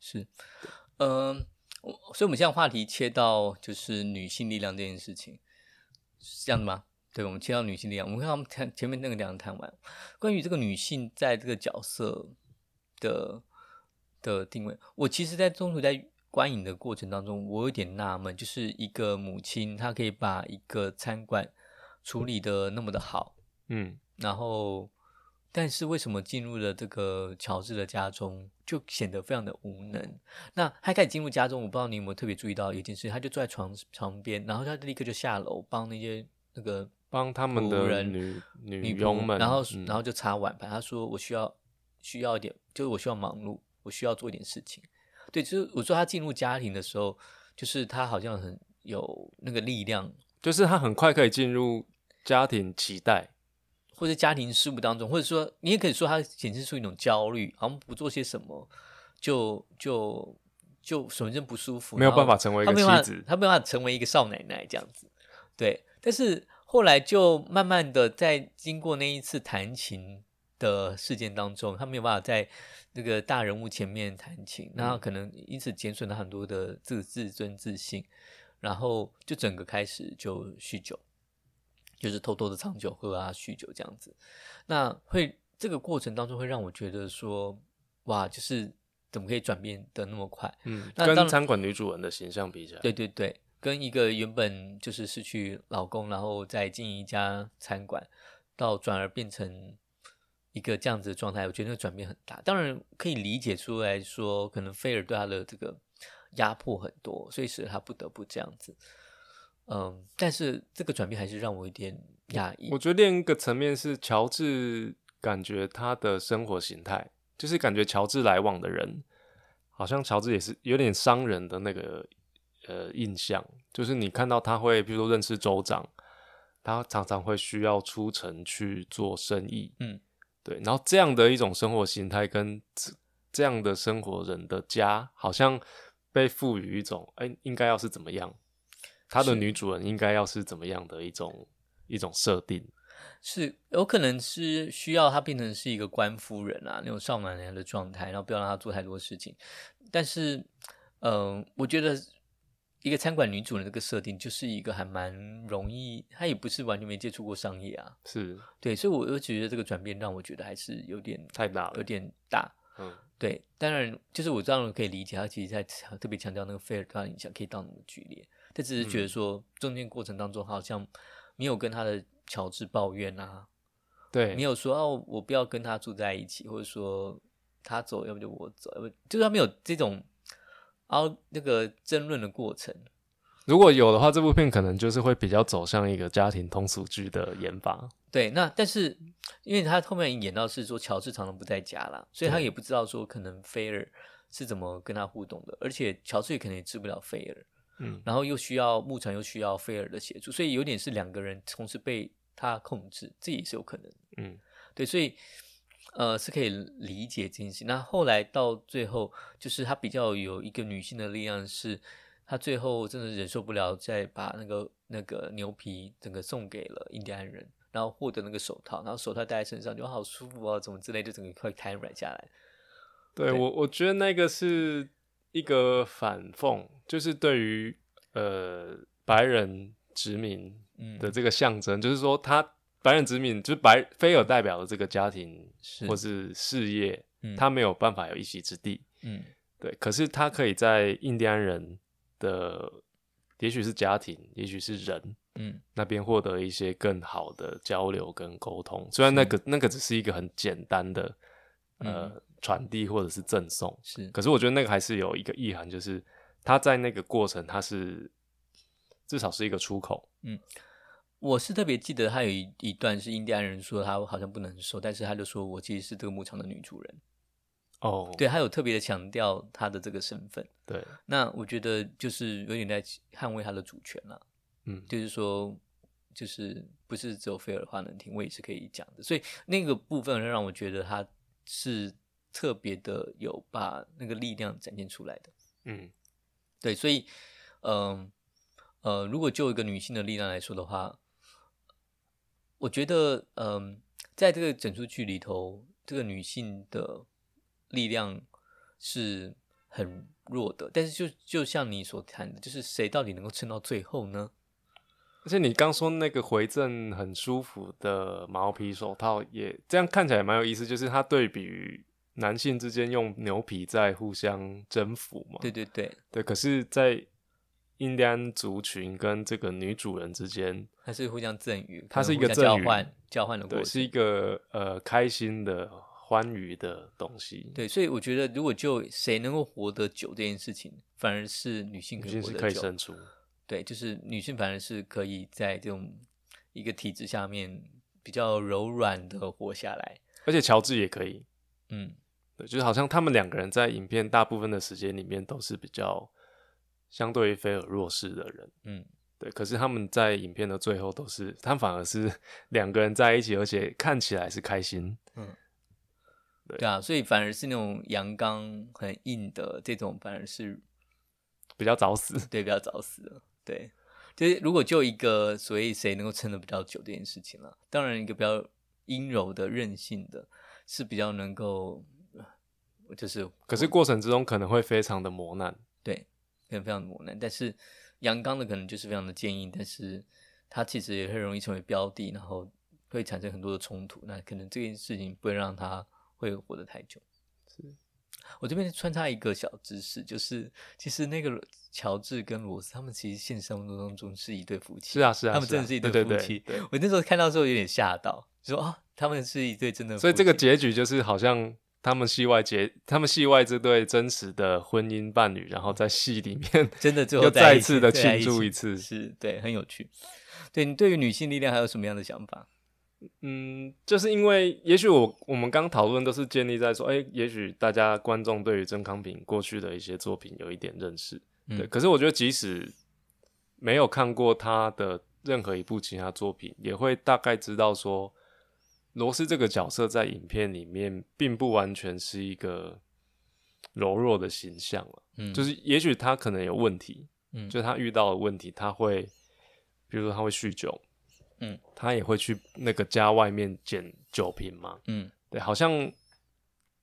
S1: 是，嗯、我所以我们现在话题切到就是女性力量这件事情，是这样的吗？对，我们切到女性力量，我们看到我们谈前面那个两个谈完，关于这个女性在这个角色的的定位，我其实，在中途在观影的过程当中，我有点纳闷，就是一个母亲，她可以把一个餐馆处理的那么的好，
S2: 嗯，
S1: 然后，但是为什么进入了这个乔治的家中，就显得非常的无能？那他开始进入家中，我不知道你有没有特别注意到一件事，他就坐在床床边，然后他立刻就下楼帮那些那个
S2: 帮他们
S1: 仆
S2: 的
S1: 人
S2: 女女
S1: 女仆
S2: 佣们，
S1: 然后
S2: 嗯
S1: 然后就擦碗盘。他说我需要需要一点，就是我需要忙碌，我需要做一点事情。对，就是我说他进入家庭的时候，就是他好像很有那个力量，
S2: 就是他很快可以进入家庭期待，
S1: 或者家庭事务当中，或者说你也可以说它显示出一种焦虑，好像不做些什么就就就浑身不舒服，
S2: 没有办法
S1: 然后
S2: 成为一
S1: 她
S2: 个
S1: 没有办
S2: 妻
S1: 法
S2: 子。
S1: 她没有办法成为一个少奶奶这样子，对。但是后来就慢慢的在经过那一次弹琴的事件当中，她没有办法在那个大人物前面弹琴，那她可能因此减损了很多的自自尊自信，然后就整个开始就酗酒，就是偷偷的藏酒喝啊，酗酒这样子。那会这个过程当中会让我觉得说，哇，就是怎么可以转变的那么快？
S2: 嗯，
S1: 那当
S2: 跟
S1: 然
S2: 餐馆女主人的形象比起来，
S1: 对对对，跟一个原本就是失去老公，然后再经营一家餐馆，到转而变成一个这样子的状态，我觉得那个转变很大。当然可以理解出来说，可能菲尔对他的这个压迫很多，所以使得他不得不这样子。嗯，但是这个转变还是让我有点讶异
S2: 我。觉得另一个层面是乔治感觉他的生活形态，就是感觉乔治来往的人，好像乔治也是有点商人的那个呃印象，就是你看到他会，比如说认识州长，他常常会需要出城去做生意，
S1: 嗯，
S2: 对，然后这样的一种生活形态跟这这样的生活人的家，好像被赋予一种哎、应该要是怎么样，他的
S1: 是
S2: 女主人应该要是怎么样的一种一种设定。
S1: 是有可能是需要她变成是一个官夫人啊，那种少奶奶的状态，然后不要让她做太多事情。但是，嗯、我觉得一个餐馆女主人这个设定就是一个还蛮容易，她也不是完全没接触过商业啊，
S2: 是
S1: 对，所以我就觉得这个转变让我觉得还是有点
S2: 太大了
S1: 有点大。
S2: 嗯，
S1: 对，当然就是我当然可以理解，他其实在强特别强调那个菲尔对他的影响可以到那么剧烈，但只是觉得说、中间过程当中，好像没有跟他的乔治抱怨啊，
S2: 对，
S1: 没有说哦，我不要跟他住在一起，或者说他走，要不就我走，要不就是他没有这种凹那个争论的过程。
S2: 如果有的话，这部片可能就是会比较走向一个家庭通俗剧的演法。
S1: 对，那但是
S2: 嗯
S1: 因为他后面演到是说乔治常常不在家啦，所以他
S2: 对
S1: 也不知道说可能菲尔是怎么跟他互动的，而且乔治也可能也治不了菲尔，
S2: 嗯，
S1: 然后又需要牧场又需要菲尔的协助，所以有点是两个人同时被他控制，这也是有可能的。
S2: 嗯，
S1: 对，所以呃是可以理解这件事。那后来到最后，就是他比较有一个女性的力量是，他最后真的忍受不了，再把那个那个牛皮整个送给了印第安人，然后获得那个手套，然后手套戴在身上就好舒服啊，怎么之类，就整个快瘫软下来。
S2: 对
S1: 对
S2: 我我觉得那个是一个反讽，就是对于呃白人殖民
S1: 嗯，
S2: 的这个象征，就是说他白人殖民就是白菲尔代表的这个家庭
S1: 是
S2: 或是事业，
S1: 嗯
S2: 他没有办法有一席之地。
S1: 嗯
S2: 对，可是他可以在印第安人的，也许是家庭，也许是人
S1: 嗯
S2: 那边获得一些更好的交流跟沟通。虽然那个那个只是一个很简单的呃
S1: 嗯
S2: 传递或者是赠送，
S1: 是
S2: 可是我觉得那个还是有一个意涵，就是他在那个过程，他是至少是一个出口。
S1: 我是特别记得他有一一段是印第安人说他好像不能收，但是他就说我其实是这个牧场的女主人。
S2: 哦，
S1: 对他有特别的强调他的这个身份。
S2: 对，
S1: 那我觉得就是有点在捍卫他的主权了、
S2: 嗯，
S1: 就是说就是不是只有菲尔的话能听，我也是可以讲的。所以那个部分让我觉得他是特别的有把那个力量展现出来的。
S2: 嗯
S1: 对，所以，嗯呃如果就一个女性的力量来说的话，我觉得，嗯、在这个整出剧里头，这个女性的力量是很弱的。但是就就像你所谈的，就是谁到底能够撑到最后呢？
S2: 而且你刚说那个回正很舒服的毛皮手套也，这样看起来也蛮有意思，就是它对比于男性之间用牛皮在互相征服嘛。
S1: 对对对，
S2: 对，可是，在印第安族群跟这个女主人之间，
S1: 它是互相赠予，
S2: 它
S1: 可能
S2: 是一个
S1: 嗯互相
S2: 赠予
S1: 交换交换的过
S2: 对，
S1: 程，
S2: 是一个呃开心的、欢愉的东西。
S1: 对，所以我觉得，如果就谁能够活得久这件事情，反而是女性可
S2: 女
S1: 以
S2: 性
S1: 活
S2: 是
S1: 得久。
S2: 可以胜出，
S1: 对，就是女性反而是可以在这种一个体制下面比较柔软的活下来。
S2: 而且乔治也可以。
S1: 嗯，
S2: 对，就是好像他们两个人在影片大部分的时间里面都是比较相对于菲尔弱势的人。
S1: 嗯，
S2: 对，可是他们在影片的最后都是，他们反而是两个人在一起，而且看起来是开心。
S1: 对啊，所以反而是那种阳刚很硬的这种，反而是
S2: 比较早死，
S1: 对比较早死的。对，就是如果就一个所谓谁能够撑得比较久这件事情了，当然一个比较阴柔的、任性的，是比较能够，呃就是
S2: 可是过程之中可能会非常的磨难。
S1: 对，非常非常磨难。但是阳刚的可能就是非常的坚硬，但是它其实也很容易成为标的，然后会产生很多的冲突。那可能这件事情不会让他会活得太久。是我这边穿插一个小知识，就是其实那个乔治跟罗斯他们其实现实生活当中是一对夫妻。
S2: 是啊，是啊，
S1: 他们
S2: 啊
S1: 真的是一
S2: 对
S1: 对
S2: 对
S1: 夫妻
S2: 对对
S1: 我那时候看到的时候有点吓到，就说啊，他们是一对真的夫妻。
S2: 所以这个结局就是好像他们戏外结，他们戏外这对真实的婚姻伴侣，然后在戏里面
S1: 真的最后
S2: 又
S1: 在
S2: 再
S1: 一
S2: 次
S1: 起
S2: 的
S1: 在
S2: 庆祝
S1: 一
S2: 一次。
S1: 起是对，很有趣。对你对于女性力量还有什么样的想法？
S2: 嗯，就是因为也许我我们刚讨论都是建立在说，哎、也许大家观众对于曾康平过去的一些作品有一点认识，
S1: 嗯
S2: 对。可是我觉得即使没有看过他的任何一部其他作品，也会大概知道说，罗斯这个角色在影片里面并不完全是一个柔弱的形象了。
S1: 嗯，
S2: 就是也许他可能有问题，
S1: 嗯
S2: 就是他遇到的问题，他会，比如说他会酗酒，
S1: 嗯，
S2: 他也会去那个家外面捡酒瓶嘛，
S1: 嗯
S2: 对，好像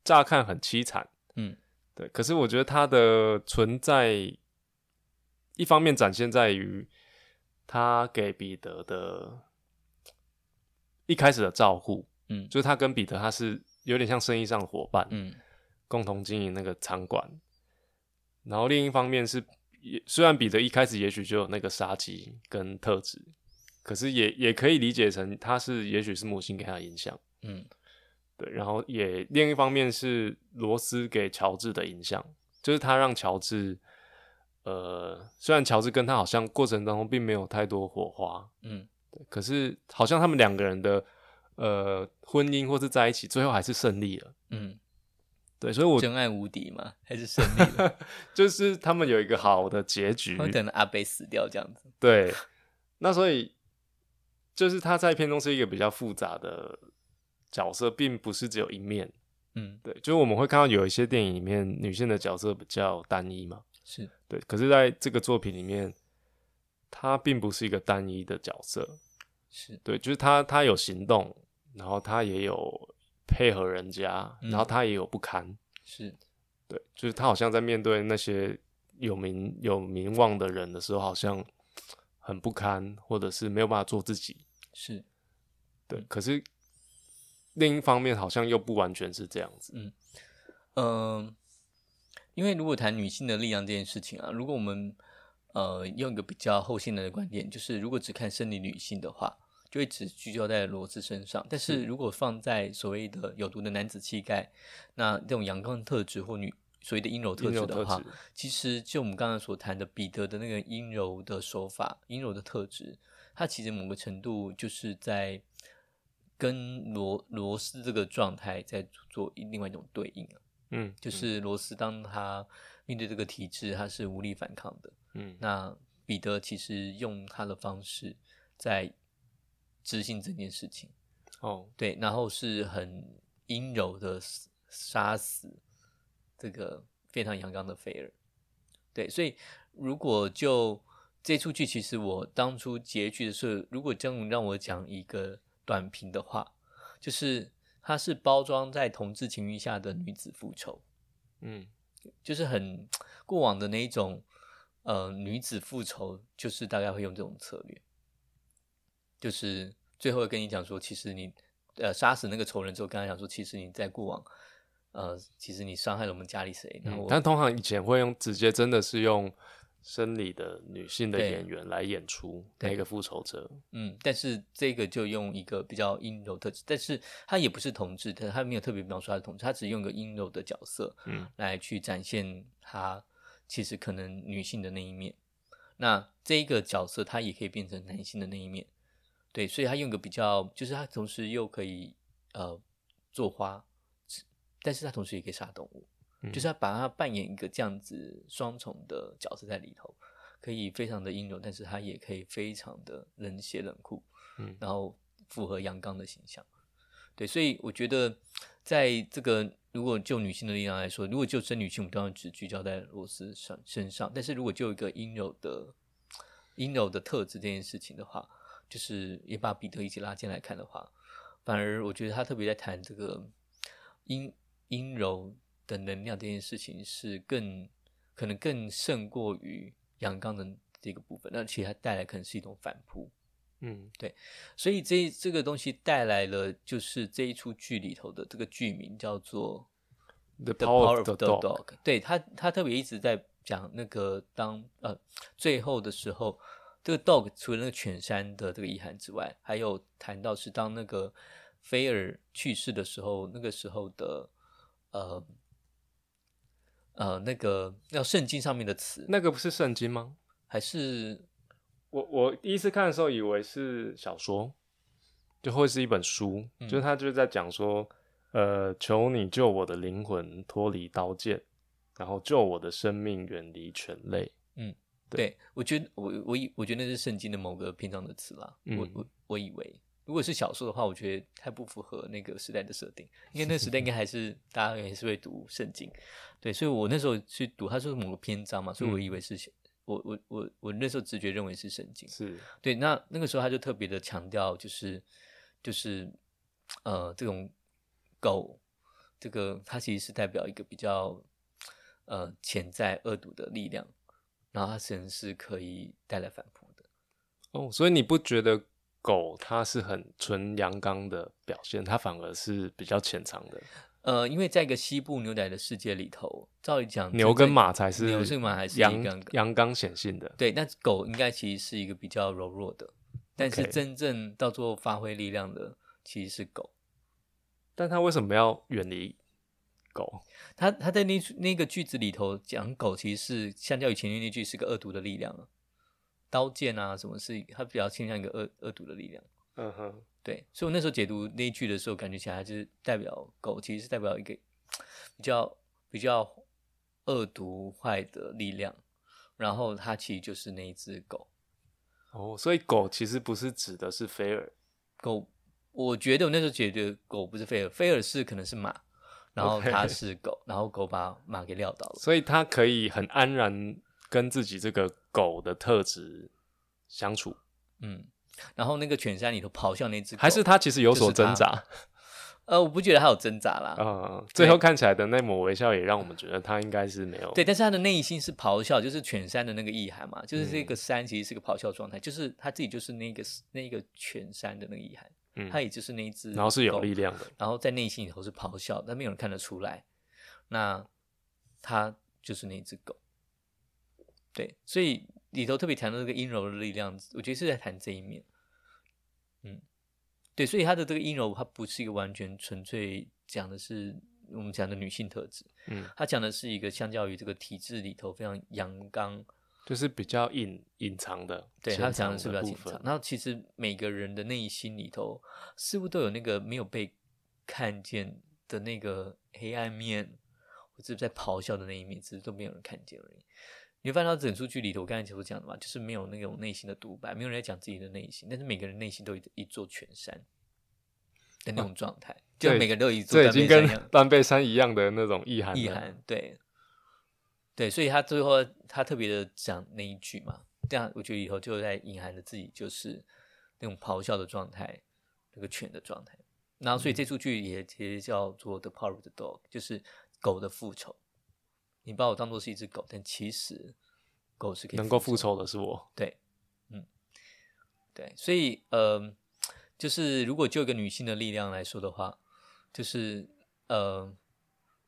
S2: 乍看很凄惨，
S1: 嗯
S2: 对，可是我觉得他的存在，一方面展现在于他给彼得的一开始的照顾，
S1: 嗯
S2: 就是他跟彼得他是有点像生意上的伙伴，
S1: 嗯
S2: 共同经营那个餐馆。然后另一方面是，也虽然彼得一开始也许就有那个杀机跟特质，可是也也可以理解成他是也许是母亲给他的影响，
S1: 嗯
S2: 对。然后也另一方面是罗斯给乔治的影响，就是他让乔治，呃，虽然乔治跟他好像过程当中并没有太多火花，
S1: 嗯
S2: 对可是好像他们两个人的呃婚姻或是在一起，最后还是胜利了。
S1: 嗯，
S2: 对，所以我
S1: 真爱无敌嘛，还是胜利 了？
S2: 就是他们有一个好的结局
S1: 他。们等着阿贝死掉这样子。
S2: 对，那所以就是他在片中是一个比较复杂的角色，并不是只有一面。
S1: 嗯，
S2: 对，就是我们会看到有一些电影里面女性的角色比较单一嘛，
S1: 是，
S2: 对。可是在这个作品里面，她并不是一个单一的角色，
S1: 是，
S2: 对，就是她她有行动，然后她也有配合人家，
S1: 嗯
S2: 然后她也有不堪。
S1: 是，
S2: 对，就是他好像在面对那些有名有名望的人的时候，好像很不堪，或者是没有办法做自己。
S1: 是，嗯
S2: 对，可是另一方面，好像又不完全是这样子。
S1: 嗯、因为如果谈女性的力量这件事情啊，如果我们呃用一个比较后现代的观点，就是如果只看生理女性的话，就会只聚焦在罗斯身上。但是如果放在所谓的有毒的男子气概，那这种阳刚特质或女所谓的阴柔特
S2: 阴柔
S1: 质
S2: 特
S1: 的话
S2: 质，，
S1: 其实就我们刚才所谈的彼得的那个阴柔的手法、阴柔的特质，他其实某个程度就是在跟罗罗斯这个状态在做另外一种对应啊，
S2: 嗯，
S1: 就是罗斯当他面对这个体制，他是无力反抗的。
S2: 嗯，
S1: 那彼得其实用他的方式在执行这件事情。
S2: 哦，
S1: 对，然后是很阴柔的杀死这个非常阳刚的菲尔。对，所以如果就这出剧，其实我当初结局的时候，如果真的让我讲一个短评的话，就是它是包装在同志情欲下的女子复仇，
S2: 嗯
S1: 就是很过往的那一种，呃，女子复仇，就是大概会用这种策略，就是最后会跟你讲说，其实你呃杀死那个仇人之后，跟他讲说，其实你在过往，呃，其实你伤害了我们家里谁，然后
S2: 嗯
S1: 我
S2: 但通常以前会用直接真的是用生理的女性的
S1: 对
S2: 演员来演出
S1: 对
S2: 那个复仇者，
S1: 嗯，但是这个就用一个比较阴柔特质，但是他也不是同志，他他没有特别描述他的同志，他只用一个阴柔的角色
S2: 嗯
S1: 来去展现他其实可能女性的那一面。那这一个角色他也可以变成男性的那一面，对，所以他用一个比较，就是他同时又可以呃做花，但是他同时也可以杀动物，
S2: 嗯
S1: 就是他把他扮演一个这样子双重的角色在里头。可以非常的阴柔，但是他也可以非常的冷血冷酷，
S2: 嗯
S1: 然后符合阳刚的形象。对，所以我觉得，在这个如果就女性的力量来说，如果就真女性，我们当然只聚焦在罗斯上身上，但是如果就一个阴柔的阴柔的特质这件事情的话，就是也把彼得一起拉进来看的话，反而我觉得他特别在谈这个阴阴柔的能量这件事情是更可能更胜过于阳刚的这个部分，那其实它带来可能是一种反扑，
S2: 嗯
S1: 所以这这个东西带来了就是这一出剧里头的这个剧名叫做
S2: ，The
S1: The
S2: Power
S1: Power of
S2: of
S1: the
S2: the Dog，
S1: Dog，对他他特别一直在讲那个当呃最后的时候，这个 dog 除了那个犬山的这个遗憾之外，还有谈到是当那个菲尔去世的时候，那个时候的呃呃那个要圣经上面的词，
S2: 那个不是圣经吗？
S1: 还是
S2: 我我第一次看的时候以为是小说，就会是一本书，
S1: 嗯
S2: 就是他就是在讲说，呃，求你救我的灵魂脱离刀剑，然后救我的生命远离犬类。对
S1: 对，我觉得我我以我觉得那是圣经的某个篇章的词啦。我
S2: 嗯
S1: 我我以为，如果是小说的话，我觉得太不符合那个时代的设定，因为那个时代应该还是大家还是会读圣经。对，所以我那时候去读，它是某个篇章嘛，所以我以为是写。我我我我那时候直觉认为是圣经，
S2: 是，
S1: 对，那那个时候他就特别的强调，就是就是呃，这种狗，这个它其实是代表一个比较呃潜在恶毒的力量，然后它其实是可以带来反扑的。
S2: 哦，所以你不觉得狗它是很纯阳刚的表现，它反而是比较潜藏的。
S1: 呃，因为在一个西部牛仔的世界里头，照理讲，
S2: 牛跟马才是
S1: 嗯牛跟马还是一
S2: 阳
S1: 个
S2: 阳刚显性的。
S1: 对，但是狗应该其实是一个比较柔弱的，但是
S2: OK
S1: 真正到最后发挥力量的其实是狗。
S2: 但它为什么要远离狗？
S1: 他他在那那个句子里头讲狗，其实是相较于前面那句是个恶毒的力量啊，刀剑啊什么是，他比较倾向一个恶恶毒的力量。
S2: 嗯哼，
S1: 对，所以我那时候解读那一句的时候，感觉起来它就是代表狗，其实是代表一个比较比较恶毒坏的力量，然后它其实就是那一只狗。
S2: 哦，所以狗其实不是指的是菲尔。
S1: 狗，我觉得我那时候觉得狗不是菲尔，菲尔是可能是马，然后
S2: OK
S1: 它是狗，然后狗把马给撂倒了。
S2: 所以他可以很安然跟自己这个狗的特质相处，
S1: 嗯，然后那个犬山里头咆哮那只狗，
S2: 还是他其实有所挣扎？
S1: 呃，我不觉得它有挣扎啦。
S2: 呃，最后看起来的那抹微笑也让我们觉得他应该是没有
S1: 对，但是它的内心是咆哮，就是犬山的那个意涵嘛，就是
S2: 嗯
S1: 这个山其实是个咆哮状态，就是它自己就是那个那个犬山的那个意涵，
S2: 嗯
S1: 它也就是那一只，
S2: 然后是有力，量的。
S1: 然后在内心里头是咆哮，但没有人看得出来，那它就是那只狗，对，所以里头特别谈到这个阴柔的力量，我觉得是在谈这一面。嗯对，所以它的这个阴柔，它不是一个完全纯粹讲的是我们讲的女性特质，
S2: 嗯，
S1: 它讲的是一个相较于这个体制里头非常阳刚，
S2: 就是比较隐隐藏的，
S1: 对，它
S2: 他
S1: 讲的是比较
S2: 部
S1: 紧
S2: 分
S1: 张。。然后其实每个人的内心里头，似乎都有那个没有被看见的那个黑暗面，或者是在咆哮的那一面，只是都没有人看见而已。你会发现到整出剧里头，我刚才所讲的嘛，就是没有那种内心的独白，没有人在讲自己的内心，但是每个人内心都有一座全山的那种状态，就
S2: 哦对
S1: 每个人都有一座
S2: 这已
S1: 断
S2: 经
S1: 背山一
S2: 跟
S1: 样
S2: 断背山一样的那种意涵了
S1: 意涵，对，对，所以他最后他特别的讲那一句嘛，这样我觉得以后就在隐含着自己就是那种咆哮的状态，那个犬的状态。然后，所以
S2: 嗯
S1: 这出剧也其实叫做《The Power of the Dog》，就是狗的复仇。你把我当做是一只狗，但其实狗是可以
S2: 能够
S1: 复
S2: 复
S1: 仇的。
S2: 仇的是我。
S1: 对，嗯，对，所以呃，就是如果就一个女性的力量来说的话，就是呃，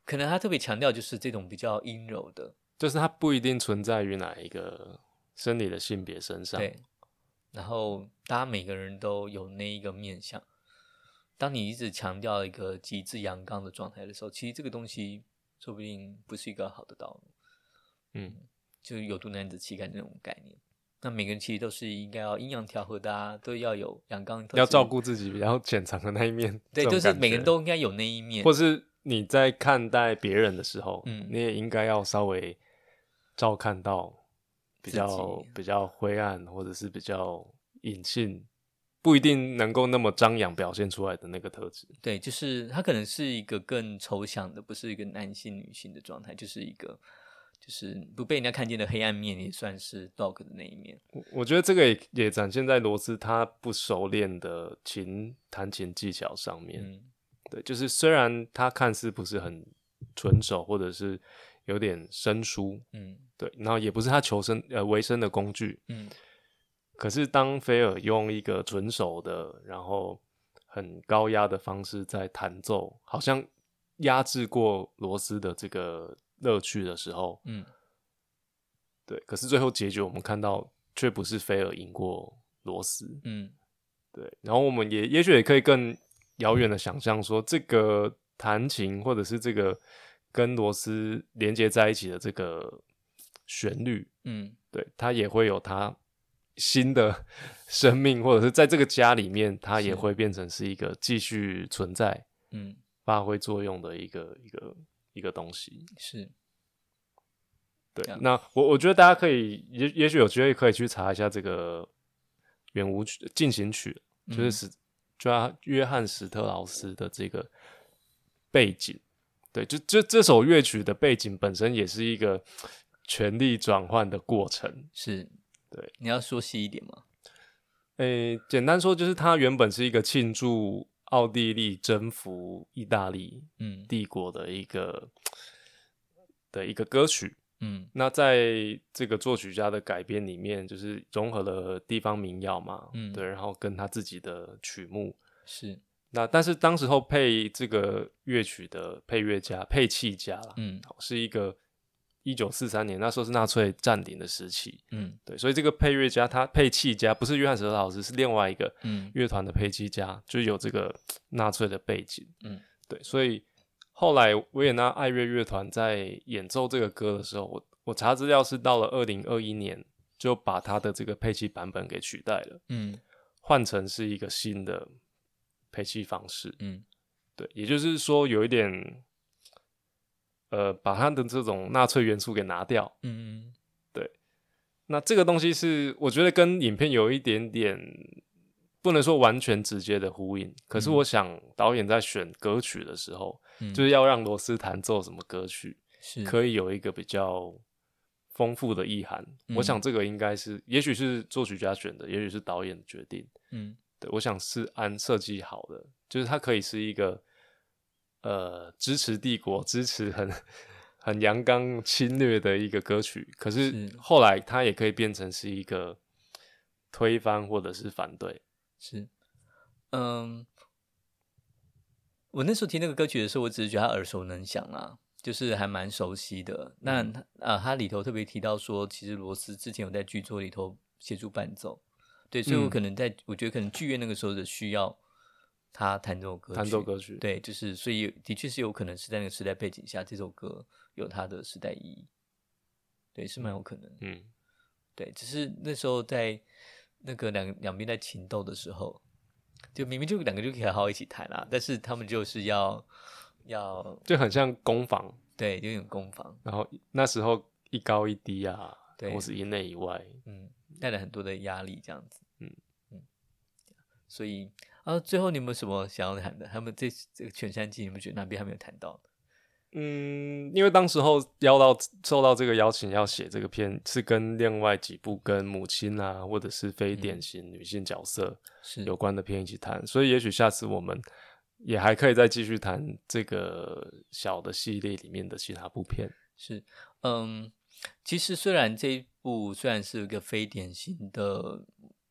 S1: 可能她特别强调就是这种比较阴柔的，
S2: 就是它不一定存在于哪一个生理的性别身上。
S1: 对，然后大家每个人都有那一个面相。当你一直强调一个极致阳刚的状态的时候，其实这个东西说不定不是一个好的道路。
S2: 嗯，
S1: 就是有毒男子气概那种概念。那每个人其实都是应该要阴阳调和的、啊，都要有阳刚特质，
S2: 要照顾自己比较潜藏的那一面。
S1: 对，
S2: 这种
S1: 就是
S2: 感
S1: 每个人
S2: 觉，
S1: 都应该有那一面，
S2: 或是你在看待别人的时候，
S1: 嗯
S2: 你也应该要稍微照看到比
S1: 自
S2: 较
S1: 己
S2: 比较灰暗，或者是比较隐性，不一定能够那么张扬表现出来的那个特质。
S1: 对，就是它可能是一个更抽象的，不是一个男性女性的状态，就是一个就是不被人家看见的黑暗面，也算是 dog 的那一面。
S2: 我我觉得这个也也展现在罗斯他不熟练的琴弹琴技巧上面。
S1: 嗯，
S2: 对，就是虽然他看似不是很纯熟，或者是有点生疏，
S1: 嗯
S2: 对，然后也不是他求生呃维生的工具，
S1: 嗯，
S2: 可是当菲尔用一个纯熟的，然后很高压的方式在弹奏，好像压制过罗斯的这个乐趣的时候，
S1: 嗯，
S2: 对，可是最后结局我们看到却不是菲尔赢过罗斯，
S1: 嗯，
S2: 对，然后我们也也许也可以更遥远的想象说，这个弹琴或者是这个跟螺丝连接在一起的这个旋律，
S1: 嗯，
S2: 对它也会有它新的 生命，或者是在这个家里面，它也
S1: 是
S2: 会变成是一个继续存在、
S1: 嗯，
S2: 发挥作用的一个一个一个东西。
S1: 是，
S2: 对
S1: 这，样
S2: 那我我觉得大家可以也也许有机会可以去查一下这个圆舞曲进行曲，就是
S1: 嗯
S2: 史、就他约翰史特劳斯的这个背景。对，就这这首乐曲的背景本身也是一个权力转换的过程。
S1: 是，
S2: 对，
S1: 你要说细一点吗？
S2: 诶，简单说就是它原本是一个庆祝奥地利征服意大利
S1: 嗯
S2: 帝国的一个的一个歌曲。
S1: 嗯
S2: 那在这个作曲家的改编里面，就是融合了地方民谣嘛，
S1: 嗯
S2: 对，然后跟他自己的曲目。
S1: 是，
S2: 那但是当时候配这个乐曲的配乐家、配器家啦，
S1: 嗯
S2: 是一个一九四三年，那时候是纳粹占领的时期，
S1: 嗯
S2: 对，所以这个配乐家他配器家不是约翰·史特老师，是另外一个
S1: 嗯
S2: 乐团的配器家，就是有这个纳粹的背景，
S1: 嗯，
S2: 对，所以后来维也纳爱乐乐团在演奏这个歌的时候，我我查资料是到了二零二一年就把它的这个配器版本给取代了，
S1: 嗯
S2: 换成是一个新的配器方式。
S1: 嗯
S2: 对，也就是说有一点，呃，把它的这种纳粹元素给拿掉。
S1: 嗯
S2: 那这个东西是我觉得跟影片有一点点。不能说完全直接的呼应，可是
S1: 嗯
S2: 我想导演在选歌曲的时候，
S1: 嗯，
S2: 就是要让罗斯弹奏什么歌曲，
S1: 是
S2: 可以有一个比较丰富的意涵。
S1: 嗯
S2: 我想这个应该是，也许是作曲家选的，也许是导演决定。
S1: 嗯
S2: 对，我想是按设计好的，就是它可以是一个呃支持帝国、支持很很阳刚侵略的一个歌曲，可是
S1: 是
S2: 后来它也可以变成是一个推翻或者是反对。
S1: 是，嗯，我那时候听那个歌曲的时候，我只是觉得它耳熟能详啊，就是还蛮熟悉的。那
S2: 嗯
S1: 它呃，它里头特别提到说，其实罗斯之前有在剧作里头协助伴奏，对，所以我
S2: 嗯
S1: 可能在、我觉得可能剧院那个时候的需要他弹这首歌曲，
S2: 弹奏歌曲，，
S1: 对，就是所以的确是有可能是在那个时代背景下，这首歌有它的时代意义，对，是蛮有可能的。
S2: 嗯，
S1: 对，只是那时候在那个两两边在情斗的时候，就明明就两个就可以好好一起谈啦、但是他们就是要要
S2: 就很像攻防，
S1: 对，有点攻防，
S2: 然后那时候一高一低啊，
S1: 对
S2: 或是以内以外，
S1: 嗯，带来很多的压力，这样子，
S2: 嗯
S1: 嗯，所以啊，最后你有没有什么想要谈的？他们这这个全山记，你们觉得哪边还没有谈到？
S2: 嗯，因为当时候邀到受到这个邀请要写这个片，是跟另外几部跟母亲啊，或者是
S1: 嗯
S2: 非典型女性角色
S1: 是
S2: 有关的片一起谈，所以也许下次我们也还可以再继续谈这个小的系列里面的其他部片。
S1: 是，嗯，其实虽然这一部虽然是一个非典型的，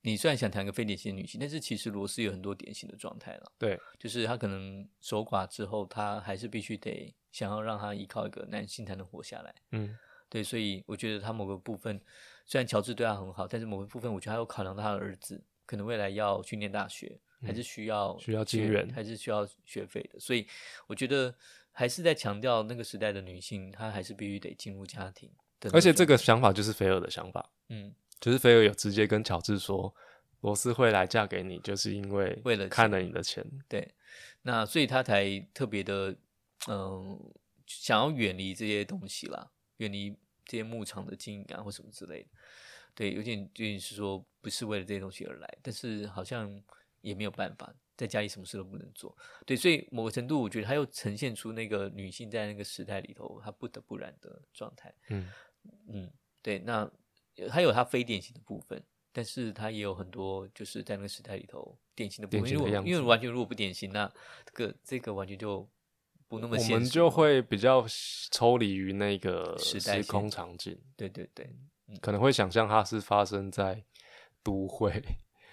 S1: 你虽然想谈一个非典型的女性，但是其实罗斯有很多典型的状态了。
S2: 对，
S1: 就是她可能守寡之后，她还是必须得想要让她依靠一个男性才能活下来。
S2: 嗯
S1: 对，所以我觉得他某个部分，虽然乔治对他很好，但是某个部分我觉得他有考量到他的儿子可能未来要去念大学，还是需要
S2: 嗯需要金
S1: 学
S2: 援
S1: 还是需要学费的，所以我觉得还是在强调那个时代的女性，她还是必须得进入家庭的那种。
S2: 而且这个想法就是菲尔的想法，
S1: 嗯，
S2: 就是菲尔有直接跟乔治说，罗斯会来嫁给你，就是因为
S1: 为了钱
S2: 看了你的钱。
S1: 对，那所以他才特别的，嗯、想要远离这些东西啦，远离这些牧场的经营啊或什么之类的。对，有点有点是说不是为了这些东西而来，但是好像也没有办法，在家里什么事都不能做。对，所以某个程度，我觉得他又呈现出那个女性在那个时代里头，她不得不然的状态。
S2: 嗯，
S1: 嗯，对，那呃它有它非典型的部分，但是它也有很多就是在那个时代里头典型的部
S2: 典
S1: 分。
S2: 型
S1: 因
S2: 的
S1: 为
S2: 样
S1: 我因为
S2: 子
S1: 完全如果不典型，那这个这个完全就不那么
S2: 我
S1: 现
S2: 们
S1: 实
S2: 就
S1: 了
S2: 会比较抽离于那个
S1: 时代嗯
S2: 时
S1: 线
S2: 空场景，
S1: 对对对
S2: 可能会想象它是发生在都会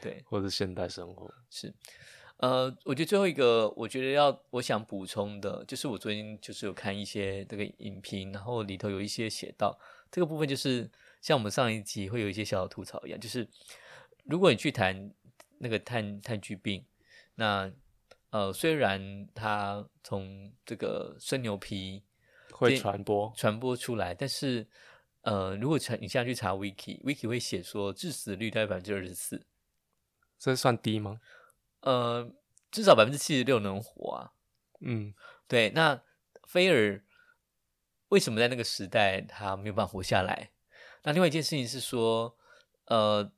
S1: 对
S2: 或者现代生活。
S1: 是。呃，我觉得最后一个，我觉得要我想补充的，就是我昨天就是有看一些这个影评，然后里头有一些写到这个部分，就是像我们上一集会有一些小小吐槽一样，就是如果你去谈那个炭炭疽病，那呃，虽然它从这个生牛皮
S2: 会
S1: 这
S2: 传播
S1: 传播出来，但是呃，如果查你现在去查 wiki，wiki 会写说致死率大概百分之二十四，
S2: 这算低吗？
S1: 呃，至少百分之七十六能活啊。
S2: 嗯，
S1: 对，那菲尔为什么在那个时代他没有办法活下来？那另外一件事情是说，呃，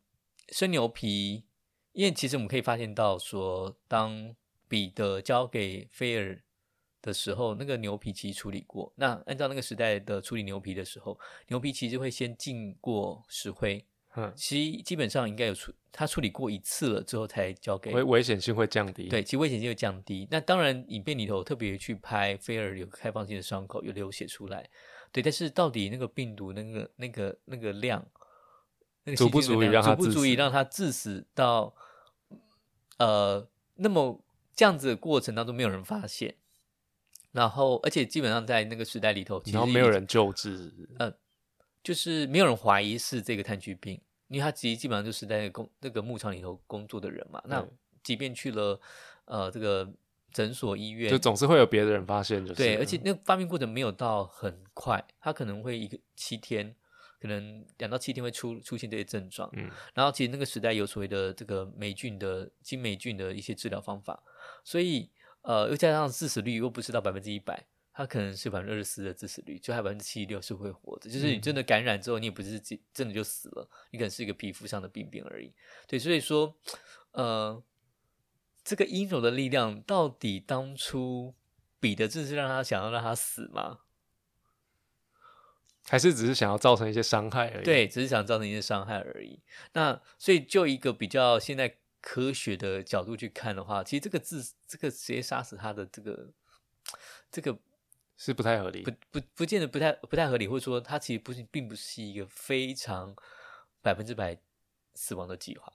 S1: 生牛皮，因为其实我们可以发现到说，当彼得交给菲尔的时候，那个牛皮其实处理过。那按照那个时代的处理牛皮的时候，牛皮其实会先浸过石灰，
S2: 嗯，
S1: 其实基本上应该有处，他处理过一次了之后才交给
S2: 危危险性会降低。
S1: 对，，其实危险性会降低。那当然，影片里头特别去拍菲尔有开放性的伤口，有流血出来，对。但是到底那个病毒那个那个那个量，那个
S2: 足
S1: 细
S2: 不
S1: 菌的
S2: 足以
S1: 量
S2: 让它
S1: 足不
S2: 致
S1: 足以
S2: 死
S1: 让它致死到呃那么这样子的过程当中没有人发现，然后而且基本上在那个时代里头，其
S2: 然后
S1: 实
S2: 没有
S1: 已
S2: 人救治。
S1: 呃就是没有人怀疑是这个炭疽病，因为他其实基本上就是在那个工那个牧场里头工作的人嘛。那
S2: 对
S1: 即便去了呃这个诊所、医院，
S2: 就总是会有别的人发现，就是嗯
S1: 对，
S2: 了
S1: 而且那个发病过程没有到很快，他可能会一个七天，可能两到七天会出出现这些症状。
S2: 嗯，
S1: 然后其实那个时代有所谓的这个霉菌的金霉菌的一些治疗方法，所以呃又加上致死率又不是到百分之一百，它可能是百分之二十四的致死率，就还有百分之七十六是会活着。就是你
S2: 嗯
S1: 真的感染之后，你也不是真真的就死了，你可能是一个皮肤上的病变而已。对，所以说呃这个阴柔的力量到底当初彼得正是让他想要让他死吗？
S2: 还是只是想要造成一些伤害而已。，
S1: 对，只是想造成一些伤害而已。那所以就一个比较现在科学的角度去看的话，其实这个自这个直接杀死他的这个这个
S2: 是不太合理
S1: 不。不不见得不太不太合理，或者说它其实不是并不是一个非常百分之百死亡的计划。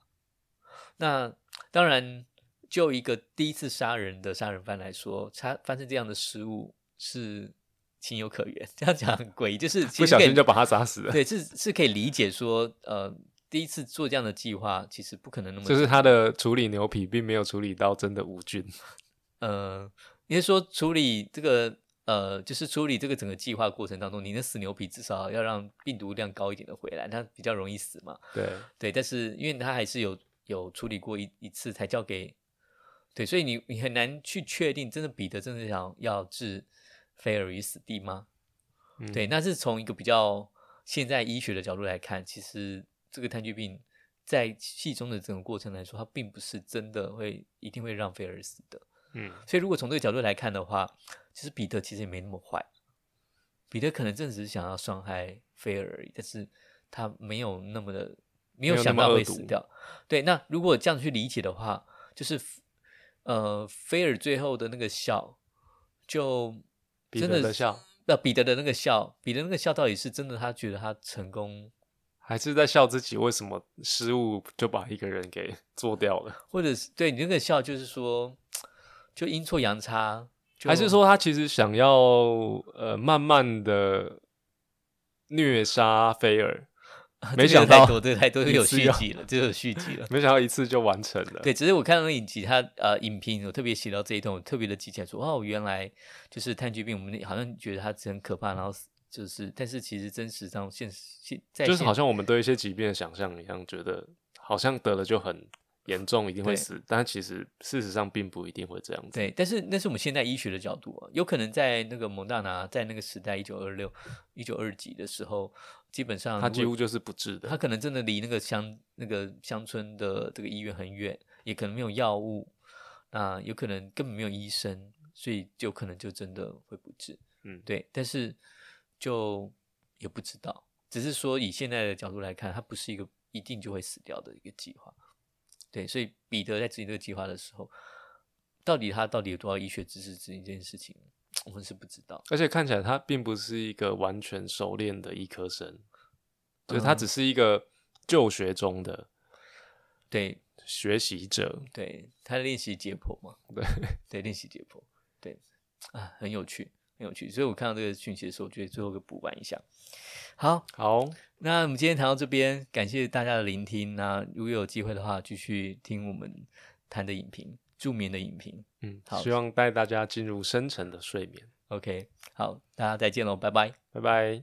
S1: 那当然，就一个第一次杀人的杀人犯来说，他发生这样的失误是情有可原。 这样讲很诡异，就是其实
S2: 不小
S1: 可以
S2: 心就把他砸死了
S1: 对，是是可以理解说，呃，第一次做这样的计划，其实不可能那么
S2: 就是他的处理牛皮并没有处理到真的无 菌，
S1: 呃，你是说处理这个呃，就是处理这个整个计划过程当中，你的死牛皮至少要让病毒量高一点的回来，它比较容易死嘛？
S2: 对，
S1: 对，但是因为它还是有有处理过一一次才交给，对，所以你你很难去确定，真的彼得真的想要置菲尔于死地吗？
S2: 嗯
S1: 对，那是从一个比较现在医学的角度来看，其实这个炭疽病在戏中的整个过程来说，它并不是真的会一定会让菲尔死的。
S2: 嗯
S1: 所以如果从这个角度来看的话，其实彼得其实也没那么坏，彼得可能真的只是想要伤害菲尔而已，但是他没有那么的没有
S2: 没有
S1: 想
S2: 那么
S1: 到
S2: 恶
S1: 会
S2: 毒
S1: 死掉。对，那如果这样去理解的话，就是呃，菲尔最后的那个笑，就
S2: 彼
S1: 真
S2: 得
S1: 的
S2: 的
S1: 是
S2: 笑，
S1: 那彼得的那个笑，彼得那个笑到底是真的，他觉得他成功
S2: 还是在笑自己为什么失误就把一个人给做掉了，
S1: 或者是对你那个笑，就是说，就阴错阳差， 就
S2: 还是说他其实想要呃慢慢的虐杀菲尔，
S1: 啊
S2: 没
S1: 这个
S2: 想到
S1: 太多，这个太多，这个
S2: 一
S1: 有
S2: 次
S1: 续
S2: 要
S1: 集了，这个有续集了。
S2: 没想到一次就完成了。
S1: 对，只是我看到那影集，他呃影评有特别写到这一段，我特别的记起来说，哦，原来就是炭疽病，我们好像觉得它很可怕，然后就是，但是其实真实上现实现在
S2: 就是
S1: 现
S2: 好像我们对一些疾病的想象一样，觉得好像得了就很严重，一定会
S1: 对
S2: 死，但其实事实上并不一定会这样子。
S1: 对，但是那是我们现代医学的角度啊，有可能在那个蒙大拿在那个时代一九二六一九二几的时候，基本上
S2: 他
S1: 如
S2: 几
S1: 果
S2: 乎就是不治
S1: 他
S2: 的。
S1: 可能真的离那个乡那个乡村的这个医院很远，也可能没有药物，那有可能根本没有医生，所以就可能就真的会不治。
S2: 嗯，
S1: 对，但是就也不知道，只是说以现在的角度来看，它不是一个一定就会死掉的一个计划。对，所以彼得在执行这个计划的时候，到底他到底有多少医学知识执行这件事情，我们是不知道。
S2: 而且看起来他并不是一个完全熟练的医科生，就是他
S1: 嗯
S2: 只是一个就学中的
S1: 对
S2: 学习者。
S1: 对，他练习解剖嘛，
S2: 对，
S1: 对，练习解剖，对，啊，很有趣，很有趣。所以我看到这个讯息的时候，我觉得最后给补完一下。好，
S2: 好，
S1: 那我们今天谈到这边，感谢大家的聆听。那如果有机会的话，继续听我们谈的影评，助眠的影评。
S2: 嗯，
S1: 好
S2: 希望带大家进入深沉的睡眠。
S1: OK，好，大家再见喽，拜拜。
S2: 拜拜。